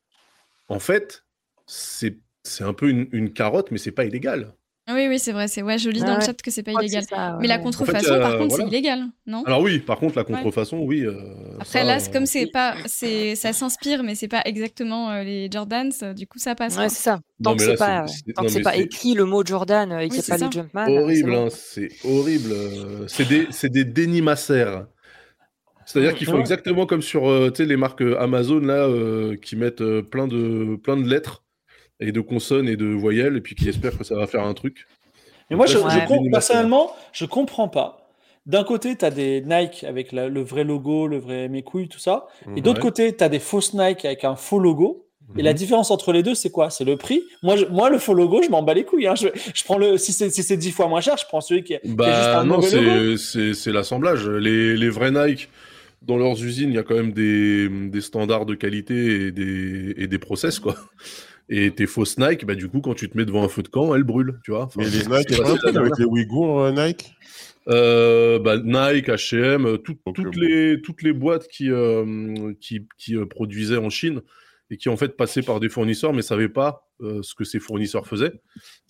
en fait, c'est c'est un peu une, une carotte, mais c'est pas illégal. Oui, oui, c'est vrai. C'est ouais, je lis dans Ah le ouais. chat que c'est pas crois que illégal. c'est ça, ouais. Mais la Ouais. contrefaçon, En fait, par euh, contre, voilà. c'est illégal, non Alors oui, par contre, la contrefaçon, oui. euh, Après ça, là, euh, c'est comme c'est pas, c'est ça s'inspire, mais c'est pas exactement euh, les Jordans. euh, Du coup, ça passe. Ouais, quoi. c'est ça. Non, Tant mais que là, c'est pas, c'est- tant non, que c'est mais pas c'est écrit le mot Jordan euh, et qu'il Oui, n'y a pas c'est ça. les Jumpman. Ah horrible, c'est bon. hein, c'est horrible. euh, C'est des, c'est des dénimacères. C'est-à-dire qu'ils font Mm, Ouais. exactement comme sur euh, tu sais, les marques euh, Amazon là, euh, qui mettent euh, plein, de, plein de lettres et de consonnes et de voyelles, et puis qui espèrent que ça va faire un truc. Mais moi, je, Ouais. je com- Ouais. personnellement, je comprends pas. D'un côté, tu as des Nike avec la- le vrai logo, le vrai mes couilles, tout ça. Et d'autre Mhm. Ouais. Mhm. côté, tu as des fausses Nike avec un faux logo. Et la différence entre les deux, c'est quoi C'est le prix. Moi, je- moi, le faux logo, je m'en bats les couilles. hein. Je, je prends le, si c'est si c'est 10 fois moins cher, je prends celui qui est, qui est juste Bah un non, mauvais logo. c'est- c'est c'est l'assemblage. Les, les vrais Nike, dans leurs usines, il y a quand même des, des standards de qualité et des, et des process, quoi. Et tes fausses Nike, bah du coup, quand tu te mets devant un feu de camp, elles brûlent, tu vois. Enfin, Mais les c'est- Nike, hein, il y c'est a pas un facile truc à dire. avec les Ouïghours euh, Nike Euh, bah, Nike, H&M, tout- Donc, toutes, euh, les, toutes les boîtes qui, euh, qui, qui, euh, produisaient en Chine et qui en fait passaient par des fournisseurs mais ne savaient pas euh, ce que ces fournisseurs faisaient.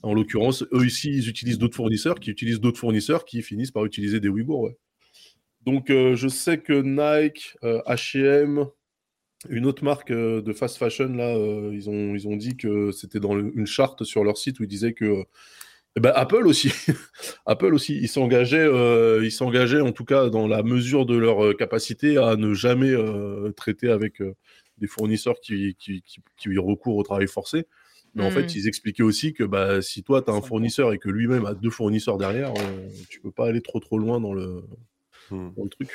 En l'occurrence, eux ici, ils utilisent d'autres fournisseurs qui utilisent d'autres fournisseurs qui finissent par utiliser des Ouïghours. ouais. Donc euh, je sais que Nike, euh, H&M, une autre marque euh, de fast fashion, là, euh, ils, ont, ils ont dit que c'était dans le- une charte sur leur site où ils disaient que... euh, eh ben, Apple aussi, Apple aussi, ils s'engageaient, euh, ils s'engageaient en tout cas dans la mesure de leur euh, capacité à ne jamais euh, traiter avec euh, des fournisseurs qui, qui, qui, qui recourent au travail forcé. Mais en Mm. fait, ils expliquaient aussi que bah, si toi, tu as un Ça me fournisseur et que lui-même a deux fournisseurs derrière, euh, tu peux pas aller trop trop loin dans le, Mhm. dans le truc.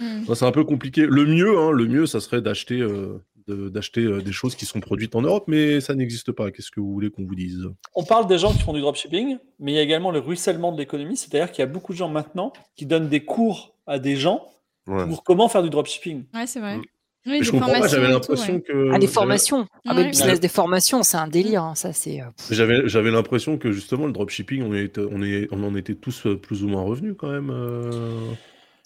Hmm. Non, c'est un peu compliqué. Le mieux, hein, le mieux, ça serait d'acheter euh, de- d'acheter euh, des choses qui sont produites en Europe, mais ça n'existe pas. Qu'est-ce que vous voulez qu'on vous dise On parle des gens qui font du dropshipping, mais il y a également le ruissellement de l'économie. C'est-à-dire qu'il y a beaucoup de gens maintenant qui donnent des cours à des gens Ouais. pour comment faire du dropshipping. Ouais, c'est vrai. Mm. Oui, Mais des Je comprends pas. formations et J'avais tout, l'impression ouais. que Ah, des j'avais- formations. Ah, mais Ouais. le business des formations, c'est un délire. hein, Ça, c'est. euh, pff. J'avais, j'avais l'impression que justement le dropshipping, on, est, on, est, on en était tous euh, plus ou moins revenus quand même. euh.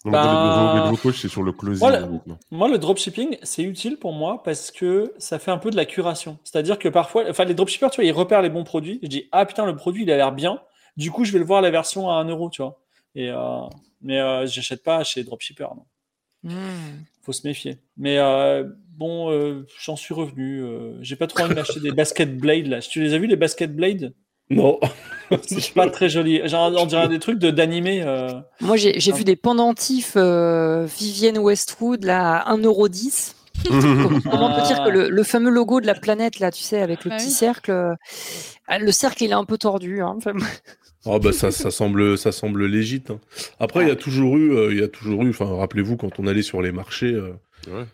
Donc, Bah- le nouveau coach, c'est sur le closing Voilà. maintenant. Moi, le dropshipping, c'est utile pour moi parce que ça fait un peu de la curation. C'est-à-dire que parfois, enfin, les dropshippers, tu vois, ils repèrent les bons produits. Je dis, ah putain, le produit, il a l'air bien. Du coup, je vais le voir la version à 1 euro, tu vois. Et, euh, mais euh, j'achète pas chez les dropshippers, non. Hmm. Mm. Faut se méfier. Mais euh, bon, euh, j'en suis revenu. euh, J'ai pas trop envie d'acheter des basket blades, là. Tu les as vu, les basket blades Non. C'est pas très joli. Genre, on dirait des trucs de- d'animé. euh. Moi, j'ai j'ai Ah. vu des pendentifs euh, Vivienne Westwood là, à 1,10€. Comment on peut dire que le, le fameux logo de la planète, là, tu sais, avec le Ah petit oui. cercle, euh, ah, le cercle, il est un peu tordu. hein. Enfin, Ah bah ça, ça semble, ça semble légit. hein. Après, il y a toujours eu, euh, il y a toujours eu. Enfin, rappelez-vous quand on allait sur les marchés, euh, Ouais.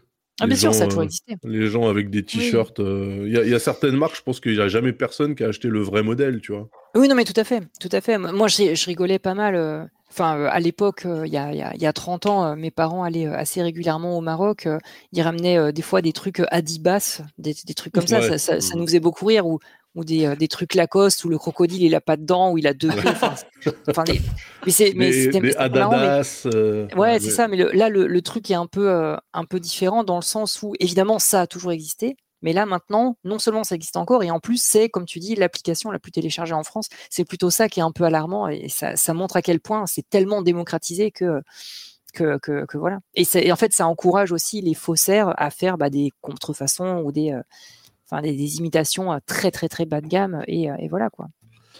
ah, bien Les sûr, ça gens, a toujours euh, existé. les gens avec des t-shirts. euh, Il y, a- il y a certaines marques, je pense qu'il n'y a jamais personne qui a acheté le vrai modèle, tu vois. Oui, non, mais tout à fait, tout à fait. Moi, je, je rigolais pas mal. euh, Enfin, euh, à l'époque, euh, il y a, il y a- il y a 30 ans, euh, mes parents allaient euh, assez régulièrement au Maroc. euh, Ils ramenaient euh, des fois des trucs euh, Adibas, des, des trucs comme ça, Ouais. ça, ça- ça Mhm. nous faisait beaucoup rire. Ou, ou des, euh, des trucs Lacoste où le crocodile, il a pas de dents, où il a deux queues. Enfin, c'est- enfin, des- mais c'est mais des c'était- des c'était marrant, mais- Adidas. euh, Ouais, c'est ça. Mais le- là, le, le truc est un peu, euh, un peu différent dans le sens où, évidemment, ça a toujours existé. Mais là, maintenant, non seulement ça existe encore, et en plus, c'est, comme tu dis, l'application la plus téléchargée en France. C'est plutôt ça qui est un peu alarmant, et ça, ça montre à quel point c'est tellement démocratisé que, que, que, que voilà. Et, c'est- et en fait, ça encourage aussi les faussaires à faire bah, des contrefaçons ou des, euh, enfin, des, des imitations euh, très, très, très bas de gamme. Et, euh, et voilà, quoi.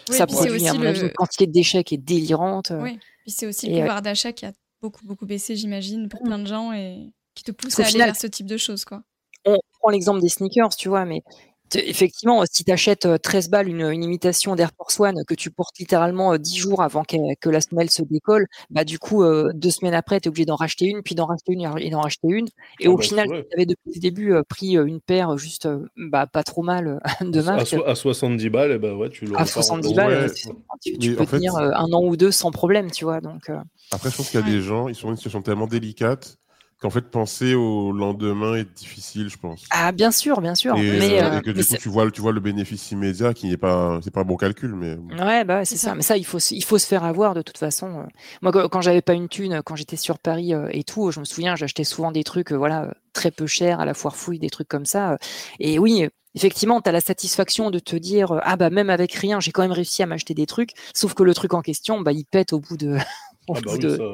Oui, ça puis c'est produit, à aussi mon avis, le, une quantité de déchets qui est délirante. Oui, puis c'est aussi le et, euh, pouvoir d'achat qui a beaucoup beaucoup baissé, j'imagine, pour plein de gens et qui te pousse Au à aller final- vers ce type de choses, quoi. on prend l'exemple des sneakers, tu vois, mais t- effectivement, euh, si tu achètes 13 balles une, une imitation d'Air Force One que tu portes littéralement euh, 10 jours avant qu'elle- que la semelle se décolle, bah du coup, euh, deux semaines après, tu es obligé d'en racheter une, puis d'en racheter une et ra- et d'en racheter une. Et Ah au bah, final, c'est vrai. tu avais depuis le début euh, pris euh, une paire euh, juste euh, bah, pas trop mal euh, Ah, de À, marque. so- à 70 balles, eh ben ouais, tu le repars À en 70 euros. balles, Ouais. euh, tu- tu, tu Mais peux en fait, tenir euh, un an ou deux sans problème, tu vois. Donc, euh, Après, je pense qu'il y a Ouais. des gens, ils sont dans une situation tellement délicate qu'en fait, penser au lendemain est difficile, je pense. Ah, bien sûr, bien sûr. et, mais, euh, euh, et que mais du coup, c'est- tu vois, tu vois le bénéfice immédiat qui n'est pas, c'est pas un bon calcul, mais Ouais, bah ouais, c'est C'est ça. ça. Mais ça, il faut, se- il faut se faire avoir de toute façon. euh. Moi, quand quand j'avais pas une thune, quand j'étais sur Paris euh, et tout, je me souviens, j'achetais souvent des trucs, euh, voilà, euh, très peu chers à la foire fouille, des trucs comme ça. euh. Et oui, effectivement, tu as la satisfaction de te dire euh, ah bah même avec rien, j'ai quand même réussi à m'acheter des trucs, sauf que le truc en question, bah il pète au bout de au Ah bah bout oui, de ça-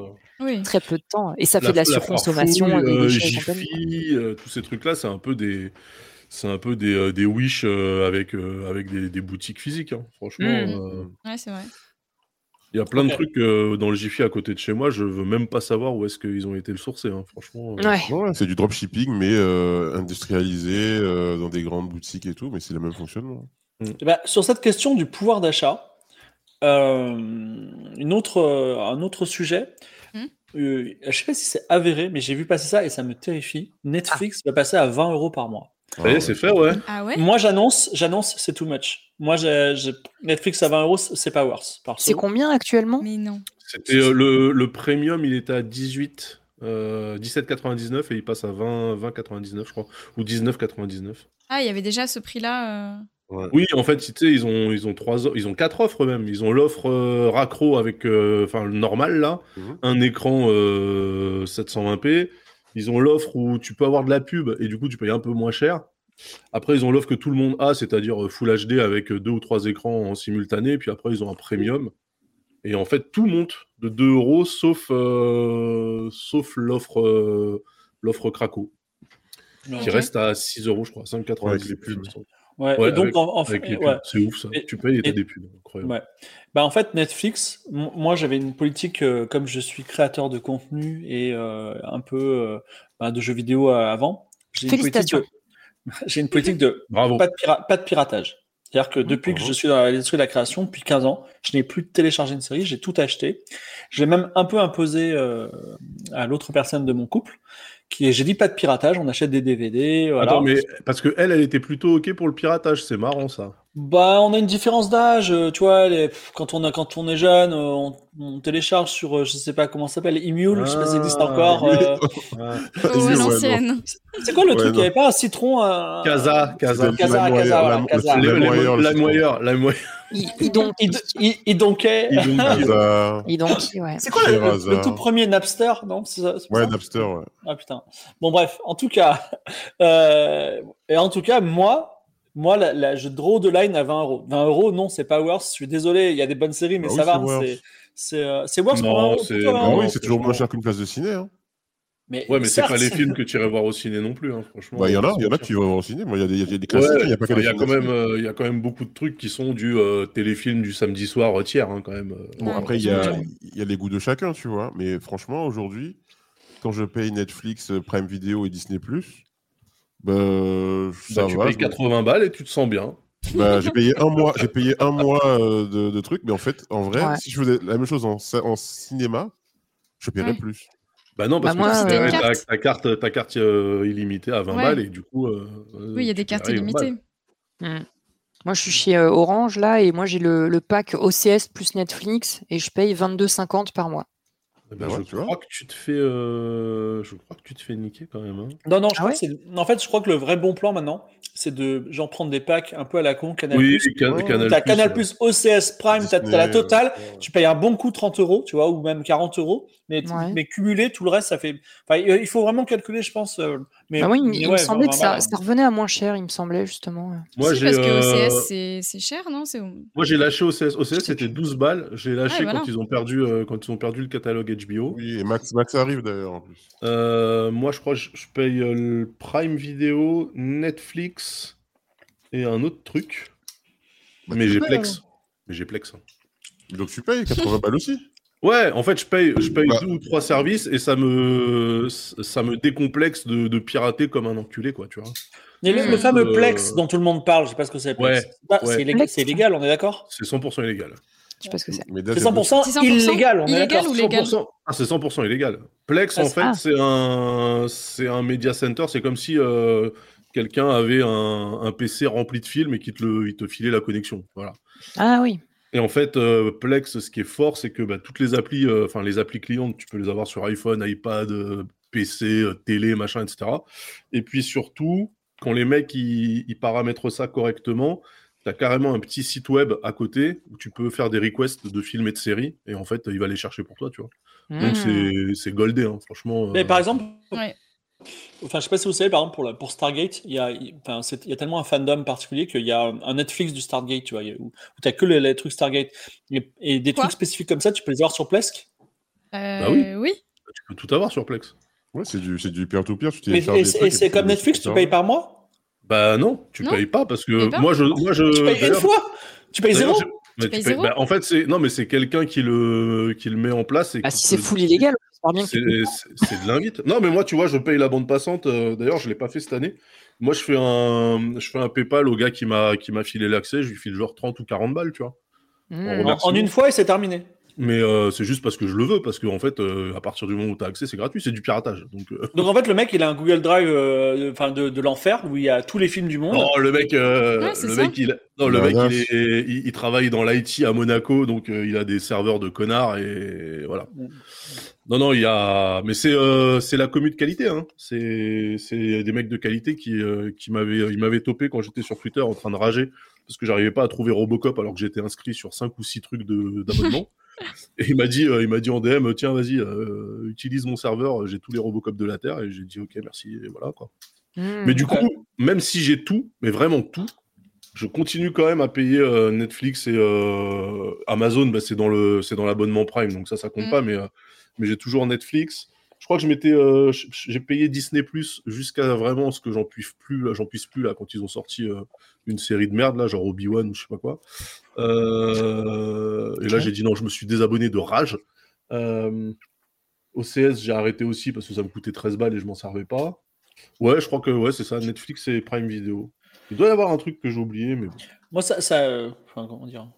Oui. très peu de temps et ça fait de la, farfouille, surconsommation et des euh, déchets et compagnie. Jiffy, euh, tous ces trucs là c'est un peu des c'est un peu des, euh, des wish euh, avec euh, avec des, des boutiques physiques hein. franchement Mm. euh, Ouais, c'est vrai. il y a plein de Ok. trucs euh, dans le Jiffy à côté de chez moi je veux même pas savoir où est-ce qu'ils ont été le sourcer hein, franchement euh, Ouais. Ouais, c'est du dropshipping, mais euh, industrialisé euh, dans des grandes boutiques et tout, mais c'est le même fonctionnement. Eh ben, sur cette question du pouvoir d'achat, euh, une autre, euh, un autre sujet. Mhm. euh, je sais pas si c'est avéré, mais j'ai vu passer ça et ça me terrifie. Netflix va passer à 20 euros par mois. ça y est, c'est fait ouais Ah ouais Moi, j'annonce, j'annonce, c'est too much. Moi, j'ai- j'ai- Netflix à 20 euros, c'est pas worse. Parce C'est combien actuellement Mais non. c'était euh, le, le premium il était à 18 euh, 17,99 et il passe à 20 20,99 je crois ou 19,99 Ah, il y avait déjà ce prix-là. euh. Oui, en fait, tu sais, ils ont, ils ont trois, o- ils ont quatre offres même. Ils ont l'offre euh, raccro avec, euh, enfin, le normal là, Mhm. un écran euh, 720p. Ils ont l'offre où tu peux avoir de la pub et du coup tu payes un peu moins cher. Après, ils ont l'offre que tout le monde a, c'est-à-dire euh, Full HD avec euh, deux ou trois écrans en simultané. Puis après, ils ont un premium. Et en fait, tout monte de 2 euros, sauf, euh, sauf l'offre, euh, l'offre Craco, que- qui reste à 6 euros, je crois, 5,90. Avec les pubs. Ouais, Ouais, et donc, avec- en, en fait, Avec les pubs, ouais. c'est ouf ça. Et- tu payes et t'as et- des pubs. Incroyable. Ouais. Bah, en fait, Netflix, m- moi j'avais une politique, euh, comme je suis créateur de contenu et euh, un peu euh, bah, de jeux vidéo euh, avant, j'ai une politique Félicitations. de, j'ai une politique de Bravo. pas de, pira- pas de piratage. C'est-à-dire que depuis que bravo. je suis dans l'industrie de la création, depuis 15 ans, je n'ai plus téléchargé une série, j'ai tout acheté. Je l'ai même un peu imposé euh, à l'autre personne de mon couple, qui est, j'ai dit pas de piratage, on achète des DVD. Voilà. Attends, mais parce que elle, elle était plutôt ok pour le piratage, c'est marrant ça. Bah, on a une différence d'âge, euh, tu vois. les- pff, quand on a, quand on est jeune, euh, on, on télécharge sur, euh, je sais pas comment ça s'appelle, Emule, je sais pas si ça existe Ah, encore. Emule. euh, Oh, ouais, à non. l'ancienne. c'est quoi le Ouais, truc? Il y non. avait pas un citron, euh, un- Casa, Casa. C'était Casa, Lime Wire, Casa, voilà, Lime- Casa. le- Les- le les- Lime Wire, le La citron. moyeur, la moyeur. Il, il donc, Il, il, il donkait. Ils ont- Casa. il donc, ouais. C'est quoi le, le- Shiraza. le tout premier Napster, non? C'est ça- c'est Ouais, ça Napster, ouais. Ah putain. Bon bref, en tout cas, euh, et en tout cas, moi, moi, la, la- je draw de line à 20 euros. 20 euros, non, c'est pas worse. Je suis désolé, il y a des bonnes séries, mais Bah ça oui, c'est va. hein, worse. c'est- C'est euh, c'est worse Non, pour 20 euros, c'est- plutôt, Ah hein. non, oui, c'est toujours franchement. moins cher qu'une place de ciné. Hein. Mais, Ouais, mais c'est pas certes, les films que tu irais voir au ciné non plus, hein, franchement. Bah, il y en a, il y en a qui vont au ciné. Moi, il y a des- il y, a des classiques, Ouais, hein, il enfin, n'y a pas que des quand films même, euh, il y a quand même beaucoup de trucs qui sont du euh, téléfilm du samedi soir euh, tiers, hein, quand même. euh. Bon, Ouais, après, il y, a, effectivement. il y a les goûts de chacun, tu vois. Mais franchement, aujourd'hui, quand je paye Netflix, euh, Prime Video et Disney, bah, ça Bah, tu va. payes je- 80 balles et tu te sens bien. bah, j'ai payé un mois, j'ai payé un mois euh, de, de trucs, mais en fait, en vrai, Ouais. si je faisais la même chose en, cin- en cinéma, je paierais Mm. Ouais. plus. Bah non, parce Bah, moi, que tu euh, t'arrêtes avec ta carte, ta carte euh, illimitée à 20 Ouais. balles et du coup. euh, Oui, il y a tu des cartes paierais 20 balles. illimitées. Moi, je suis chez euh, Orange là et moi j'ai le, le pack OCS plus Netflix et je paye 22,50 par mois. Eh ben, Bah ouais, je tu vois. crois que tu te fais, euh, je crois que tu te fais niquer quand même. hein. Non, non, je Ah crois ouais que c'est- En fait, je crois que le vrai bon plan maintenant, c'est de genre prendre des packs un peu à la con, Canal+. Oui, Can- ouais. Canal+. T'as Canal+, OCS Prime, t'as t'as la Disney, euh, totale. ouais. tu payes un bon coup 30 euros, tu vois, ou même 40 euros, mais, Ouais. mais cumulé, tout le reste, ça fait. Enfin, il il faut vraiment calculer, je pense. euh, Mais, Bah oui, il, mais il me ouais, semblait que ça, hein. vraiment, ça revenait à moins cher, il me semblait justement. Moi Si, j'ai, parce que euh, OCS, c'est- c'est cher, non C'est moi j'ai lâché OCS. Je sais OCS c'était 12 balles. J'ai lâché Ouais, voilà. quand ils ont perdu, euh, quand ils ont perdu le catalogue HBO. Oui, et Max, Max arrive d'ailleurs en plus. Euh, moi je crois que je je paye euh, le Prime Video, Netflix et un autre truc. Bah, mais tu j'ai payes, Plex. Mais j'ai Plex. hein. Donc tu payes 80 balles aussi. Ouais, en fait, je paye, je paye Bah. deux ou trois services et ça me, ça me décomplexe de, de pirater comme un enculé, quoi, tu vois. Il y a le, le Mm. fameux Euh, Plex dont tout le monde parle, je sais pas ce que c'est. Plex. Ouais, C'est pas- ouais. c'est illég- Plex. c'est illégal, on est d'accord C'est 100% illégal. Je sais pas ce que c'est. Mais là, C'est j'ai beaucoup- 100%, C'est 100% illégal, on est illégal d'accord. ou légal 100%. Ah, c'est 100% illégal. Plex, Ah, en c'est- fait, ah. c'est un, c'est un media center. C'est comme si euh, quelqu'un avait un, un PC rempli de films et qu'il te, le- il te filait la connexion. Voilà. Ah oui. Et en fait, euh, Plex, ce qui est fort, c'est que bah, toutes les applis, euh, enfin les applis clientes, tu peux les avoir sur iPhone, iPad, euh, PC, euh, télé, machin, etc. Et puis surtout, quand les mecs ils, ils paramètrent ça correctement, tu as carrément un petit site web à côté où tu peux faire des requests de films et de séries. Et en fait, il va les chercher pour toi, tu vois. Donc Hmm. c'est- c'est goldé, hein, franchement. euh, Mais par exemple, Ouais. Enfin, je sais pas si vous savez, par exemple, pour, la- pour Stargate, il y a, il- enfin, c'est- il y a tellement un fandom particulier qu'il y a un Netflix du Stargate, tu vois, il y a- où, où t'as que les, les trucs Stargate. Et, et des Quoi trucs spécifiques comme ça, tu peux les avoir sur Plesk. Euh, Bah oui. oui. Tu peux tout avoir sur Plex. Ouais, c'est du, c'est du pire tout pire. Tu Mais, télécharges et des c'est- trucs et c'est puis comme Netflix, tu télécharges. payes par mois Bah non, tu Non. payes pas parce Tu payes que pas moi je, moi je. Tu payes une Euh, d'ailleurs- fois Tu payes d'ailleurs, zéro j'ai- mais payes tu payes- zéro bah, en fait, c'est non, mais c'est quelqu'un qui le qui le met en place. Et Bah, qui si te c'est le full dit. illégal, on pense bien que C'est c'est- c'est de l'invite. Non, mais moi, tu vois, je paye la bande passante. euh, D'ailleurs, je l'ai pas fait cette année. Moi, je fais un, je fais un PayPal au gars qui m'a qui m'a filé l'accès. Je lui file genre 30 ou 40 balles, tu vois. Hmm. En- En une fois et c'est terminé. Mais euh, c'est juste parce que je le veux, parce qu'en fait, euh, à partir du moment où tu as accès, c'est gratuit, c'est du piratage. Donc, euh, Donc en fait, le mec, il a un Google Drive euh, enfin, de, de l'enfer où il y a tous les films du monde. non, le mec, euh, Ouais, c'est le ça. mec, il, non, le Bah, mec, il, vache. est- il- il travaille dans l'IT à Monaco, donc euh, il a des serveurs de connards et voilà. Ouais. Non, non, il y a, mais c'est euh, c'est la commu de qualité, hein. C'est c'est des mecs de qualité qui euh, qui m'avaient ils m'avaient topé quand j'étais sur Twitter en train de rager parce que j'arrivais pas à trouver Robocop alors que j'étais inscrit sur cinq ou six trucs de- d'abonnement. Et il m'a dit, euh, il m'a dit en DM, tiens, vas-y, euh, utilise mon serveur, j'ai tous les Robocop de la Terre. Et j'ai dit, ok, merci, et voilà quoi. Hmm. Mais du Ouais. coup, même si j'ai tout, mais vraiment tout, je continue quand même à payer euh, Netflix et euh, Amazon. Bah, c'est dans le, c'est dans l'abonnement Prime, donc ça, ça compte Hmm. Mm. pas. Mais, euh, mais j'ai toujours Netflix. Je crois que je m'étais, euh, j- j'ai payé Disney Plus jusqu'à vraiment ce que j'en puisse plus, là, j'en puisse plus là quand ils ont sorti euh, une série de merde là, genre Obi Wan ou je sais pas quoi. Euh, Et là, Ok. j'ai dit non, je me suis désabonné de rage. Euh, OCS, j'ai arrêté aussi parce que ça me coûtait 13 balles et je m'en servais pas. Ouais, je crois que ouais, c'est ça, Netflix et Prime Video. Il doit y avoir un truc que j'ai oublié, mais bon. Moi, ça. ça euh, enfin, comment dire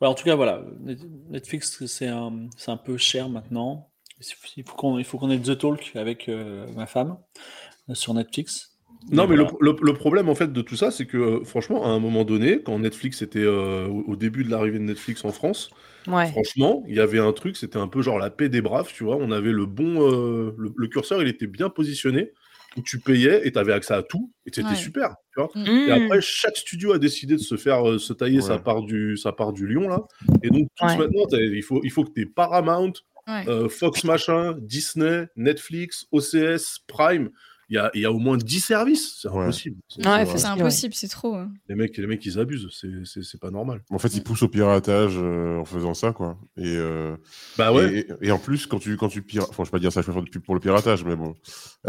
Ouais, En tout cas, voilà. Net- Netflix, c'est un, c'est un peu cher maintenant. Il faut- il faut qu'on il faut qu'on ait The Talk avec euh, ma femme euh, sur Netflix. Non, mais le, voilà. le- le problème en fait de tout ça, c'est que euh, franchement, à un moment donné, quand Netflix était euh, au au début de l'arrivée de Netflix en France, Ouais. franchement, il y avait un truc, c'était un peu genre la paix des braves, tu vois. On avait le bon, euh, le, le curseur, il était bien positionné où tu payais et t'avais accès à tout et c'était Ouais. super, tu vois. Hmm. Et après, chaque studio a décidé de se faire euh, se tailler Ouais. sa, part du, sa part du lion, là. Et donc, tous Ouais. maintenant, t'as- il faut, il faut que tu Paramount, Ouais. euh, Fox Machin, Disney, Netflix, OCS, Prime. Il y a, il y a au moins 10 services. C'est Ouais. impossible. C'est- Ouais, c'est- faut C'est Ouais. impossible, c'est trop. hein. les, mecs, les mecs, ils abusent. C'est- C'est c'est pas normal. En fait, ils poussent au piratage euh, en faisant ça, quoi. Et, euh, Bah ouais. Et, et- et en plus, quand tu, quand tu pirates, enfin, je vais pas dire ça, je vais faire de pub pour le piratage, mais bon,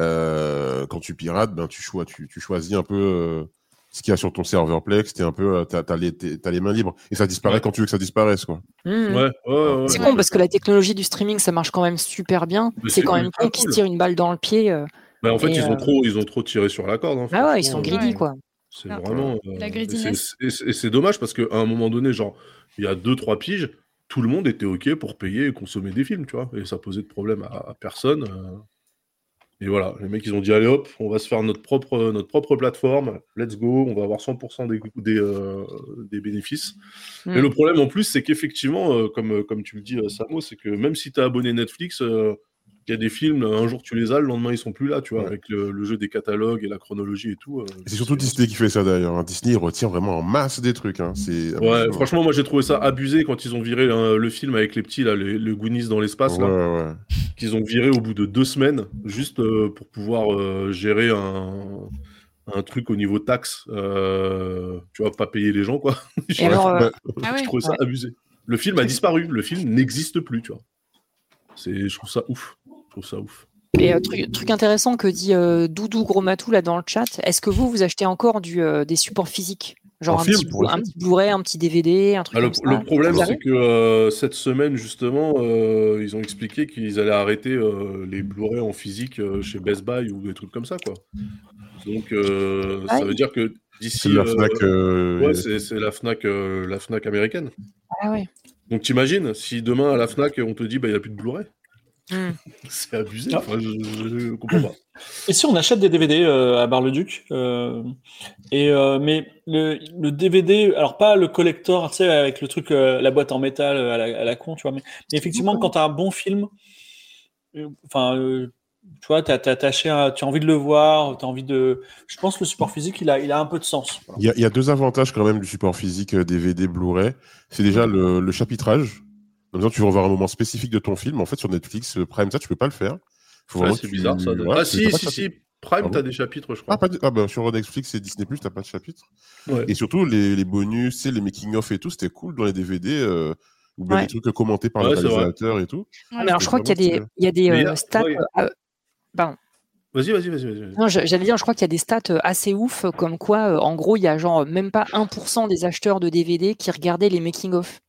Euh, quand tu pirates, ben, tu, choi- tu, tu choisis un peu euh, ce qu'il y a sur ton serveur Plex, t'es un peu, euh, t'as, t'as les, t'es- t'as les mains libres, et ça disparaît Ouais. quand tu veux que ça disparaisse, quoi. Hmm. Ouais, ouais, ouais, C'est ouais. con parce que la technologie du streaming, ça marche quand même super bien. Mais C'est c'est quand même ultra con qu'ils se cool. tirent une balle dans le pied. euh. Bah, en fait, Et, ils, euh, ont trop, ils ont trop tiré sur la corde. hein, Ah ouais, ils sont franchement, euh, greedy quoi. C'est Ah. vraiment. euh, La et greediness. c'est- Et c'est- et c'est dommage parce qu'à un moment donné, genre, il y a 2-3 piges, tout le monde était OK pour payer et consommer des films, tu vois. Et ça posait de problème à, à personne. euh. Et voilà, les mecs, ils ont dit allez hop, on va se faire notre propre, euh, notre propre plateforme, let's go, on va avoir 100% des, des, euh, des bénéfices. Mm. Et le problème en plus, c'est qu'effectivement, euh, comme, euh, comme tu le dis, euh, Samo, c'est que même si tu as abonné Netflix, euh, il y a des films, un jour tu les as, le lendemain ils sont plus là, tu vois, Ouais. avec le, le jeu des catalogues et la chronologie et tout. euh, Et c'est surtout Disney qui fait ça, d'ailleurs. hein. Disney, il retire vraiment en masse des trucs, hein. C'est, Ouais, franchement, moi j'ai trouvé ça abusé quand ils ont viré euh, le film avec les petits, là, les- le Goonies dans l'espace, Ouais, là, ouais. qu'ils ont viré au bout de deux semaines, juste euh, pour pouvoir euh, gérer un, un truc au niveau taxe. euh, tu vois, pas payer les gens, quoi. Et alors, euh, Bah, Ah Je ouais. trouvais ça Ouais. abusé. Le film a disparu, le film n'existe plus, tu vois. C'est, je trouve ça ouf. Je trouve ça ouf. Et euh, truc, truc intéressant que dit euh, Doudou Gros Matou là dans le chat, est-ce que vous vous achetez encore du, euh, des supports physiques Genre En un, film, petit, pour le un film. petit Blu-ray, un petit DVD, un truc Ah, le, comme le ça problème, Vous c'est avez que euh, cette semaine, justement, euh, ils ont expliqué qu'ils allaient arrêter euh, les Blu-ray en physique euh, chez Best Buy ou des trucs comme ça, quoi. Donc, euh, ça Buy veut dire que d'ici. c'est de la euh, Fnac, euh, ouais, c'est c'est la Fnac, euh, la Fnac américaine. Ah ouais. Donc, t'imagines, si demain à la Fnac, on te dit, bah, il n'y a plus de Blu-ray. Hmm. C'est abusé. Ah. Enfin, je, je comprends pas. Et si on achète des DVD euh, à Bar-le-Duc euh, et, euh, Mais le, le DVD, alors pas le collector, tu sais, avec le truc, euh, la boîte en métal euh, à la, à la con, tu vois, mais, mais effectivement, quand t'as un bon film, euh, enfin, euh, tu vois, t'as, t'as, t'as acheté un- tu as envie de le voir, t'as envie de. Je pense que le support physique, il a, il a un peu de sens. voilà. Il y, a, il y a deux avantages quand même du support physique euh, DVD Blu-ray. C'est déjà le, le chapitrage. Comme ça, tu vas voir un moment spécifique de ton film. En fait, sur Netflix, euh, Prime, ça, tu peux pas le faire. Faut Ouais, vraiment c'est que bizarre tu- ça. de- ouais, ah tu si, t'as pas si, de si. chapitre. Prime, Ah bon t'as des chapitres, je crois. Ah, pas du- ah, bah, sur Netflix et Disney, t'as pas de chapitre. Ouais. Ah, Et surtout, les, les bonus, tu sais, les making-of et tout, c'était cool dans les DVD. euh, ou bien Ouais. les trucs commentés par Ouais, le c'est vrai. réalisateur et tout. Ah, mais alors, je crois qu'il y a des, Vraiment, il y a des Mais il y euh, a- stats. ouais. euh, Vas-y, vas-y, vas-y. vas-y. Non, je- j'allais dire, je crois qu'il y a des stats euh, assez ouf, euh, comme quoi, euh, en gros, il y a genre même pas 1% des acheteurs de DVD qui regardaient les making-of.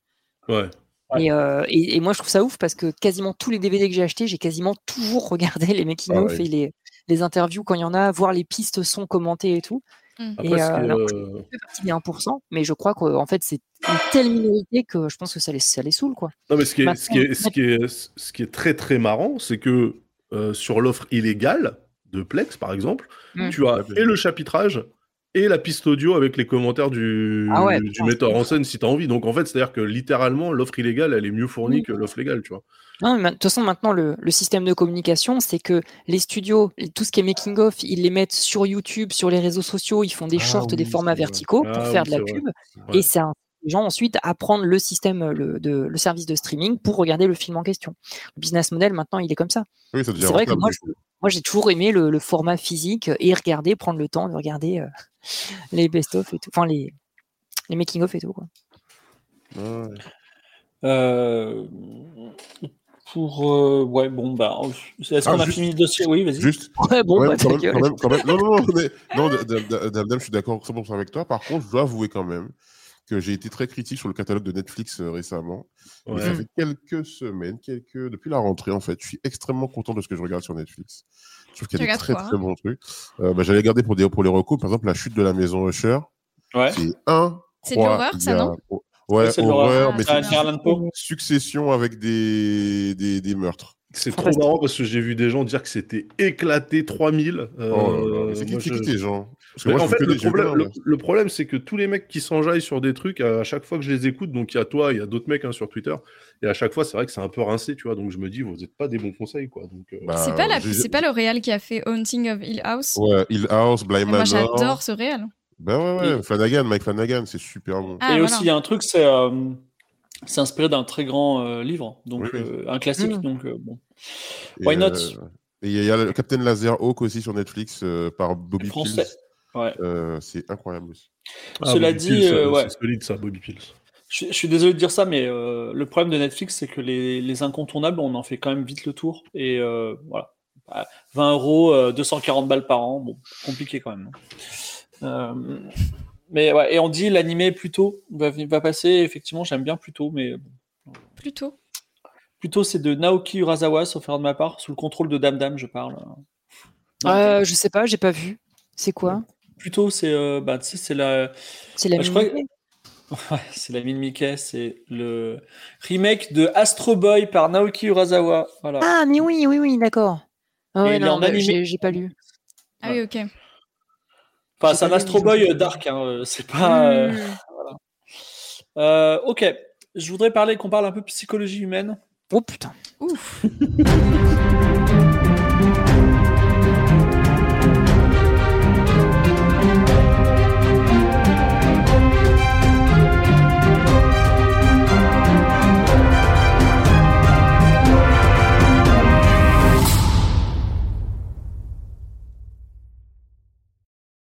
Ouais. Ouais. Et, euh, et- et moi, je trouve ça ouf parce que quasiment tous les DVD que j'ai achetés, j'ai quasiment toujours regardé les making-of Ah ouais. et les, les interviews quand il y en a, voir les pistes sont commentées et tout. Après, Et, ce euh, qui est, non. euh, Je fais partie des 1%, mais je crois qu'en fait, c'est une telle minorité que je pense que ça les, ça les saoule, quoi. Non, mais ce qui est, Maintenant, ce qui est, ce qui est, ce qui est très très marrant, c'est que euh, sur l'offre illégale de Plex, par exemple, Mm. tu as Ah, bien. et le chapitrage et la piste audio avec les commentaires du, Ah ouais, du putain, metteur en scène si tu as envie. Donc en fait, c'est-à-dire que littéralement, l'offre illégale, elle est mieux fournie Mm. que l'offre légale, tu vois. Non, mais de toute façon, maintenant, le, le système de communication, c'est que les studios, tout ce qui est making-of, ils les mettent sur YouTube, sur les réseaux sociaux, ils font des Ah shorts, des oui, formats c'est vrai. verticaux pour Ah faire oui, de la c'est vrai. pub. Ouais. Et ça incite les gens ensuite à prendre le système, euh, le, de, le service de streaming pour regarder le film en question. Le business model, maintenant, il est comme ça. Oui, ça devient C'est vrai que rentable, moi, du je- coup. moi, j'ai toujours aimé le, le format physique euh, et regarder, prendre le temps de regarder euh, les best-of et tout, enfin, les, les making-of et tout, quoi. Ouais. Euh, pour. euh, ouais, bon, bah. Est-ce Ah, qu'on a juste- fini le dossier Oui, vas-y. Juste, Ouais, bon, Ouais, bah, quand ta même, gueule. quand même, quand même. Non, non, non, mais- non, da- da- da- Dame, Dame, je suis d'accord 100% avec toi. Par contre, je dois avouer quand même que j'ai été très critique sur le catalogue de Netflix euh, récemment. Mais Ouais. ça fait quelques semaines, quelques... depuis la rentrée, en fait, je suis extrêmement content de ce que je regarde sur Netflix. Je trouve Tu qu'il y a des regardes très, quoi très bons trucs. Euh, bah, J'allais regarder pour, des, pour les recours, par exemple, La chute de la maison Usher. Ouais. C'est un. C'est de l'horreur, ça, non Ouais, c'est de l'horreur. horreur, Ah, mais ça, c'est Ah, Edgar Allan Poe. succession avec des, des, des meurtres. C'est trop Fantastique. marrant parce que j'ai vu des gens dire que c'était éclaté 3000. euh, Oh là là, mais c'est qui moi, qui je- qui tes gens Parce que Mais moi, en je fais fait, que le des- je fais que problème, le, l'inverse. le problème, c'est que tous les mecs qui s'enjaillent sur des trucs, à chaque fois que je les écoute, donc il y a toi, il y a d'autres mecs hein, sur Twitter, et à chaque fois, c'est vrai que c'est un peu rincé, tu vois. Donc je me dis, vous n'êtes pas des bons conseils, quoi. Donc, euh, Bah, C'est pas, la- j'ai- c'est pas le réel qui a fait Haunting of Hill House. Ouais, Hill House, Bly Et Ah, moi, Manor. j'adore ce réel. Ben ouais, ouais, Et- Flanagan, Mike Flanagan, c'est super bon. Ah, et voilà. aussi, il y a un truc, c'est. euh, c'est inspiré d'un très grand euh, livre, donc Oui, oui. euh, un classique. Mmh. Mm. Donc, euh, bon. Et, Why not euh, Et il y, a- il y a le Captain Laser Hawk aussi sur Netflix euh, par Bobby Français. Pills. Ouais. Euh, c'est incroyable aussi. ah, Cela Bobby dit, Pills, euh, ouais. c'est solide ça, Bobby Pills. Je, je suis désolé de dire ça, mais euh, le problème de Netflix, c'est que les, les incontournables, on en fait quand même vite le tour. Et euh, voilà. Bah, 20 euros, euh, 240 balles par an, bon, compliqué quand même. hein. Euh, mais ouais, et on dit l'animé plutôt va, va passer. Effectivement, j'aime bien plutôt, mais bon. Plutôt. plutôt c'est de Naoki Urasawa, sauf erreur de ma part, sous le contrôle de Dame Dame, je parle. hein. Euh, je sais pas, j'ai pas vu. C'est quoi Plutôt, c'est euh, bah, tu sais, c'est la, C'est la Bah, je crois mini- ouais, c'est la mine Mickey, c'est le remake de Astro Boy par Naoki Urasawa. Voilà. Ah, mais oui, oui, oui, d'accord. Ah Et ouais, il est non, en bah, animé. j'ai j'ai pas lu. Ah oui, ok. Enfin, J'ai c'est un pas vu, Astro mais je- Boy euh, dark, hein, euh, c'est pas. euh, Hmm. euh, ok, je voudrais parler qu'on parle un peu psychologie humaine. Oh putain. Ouf.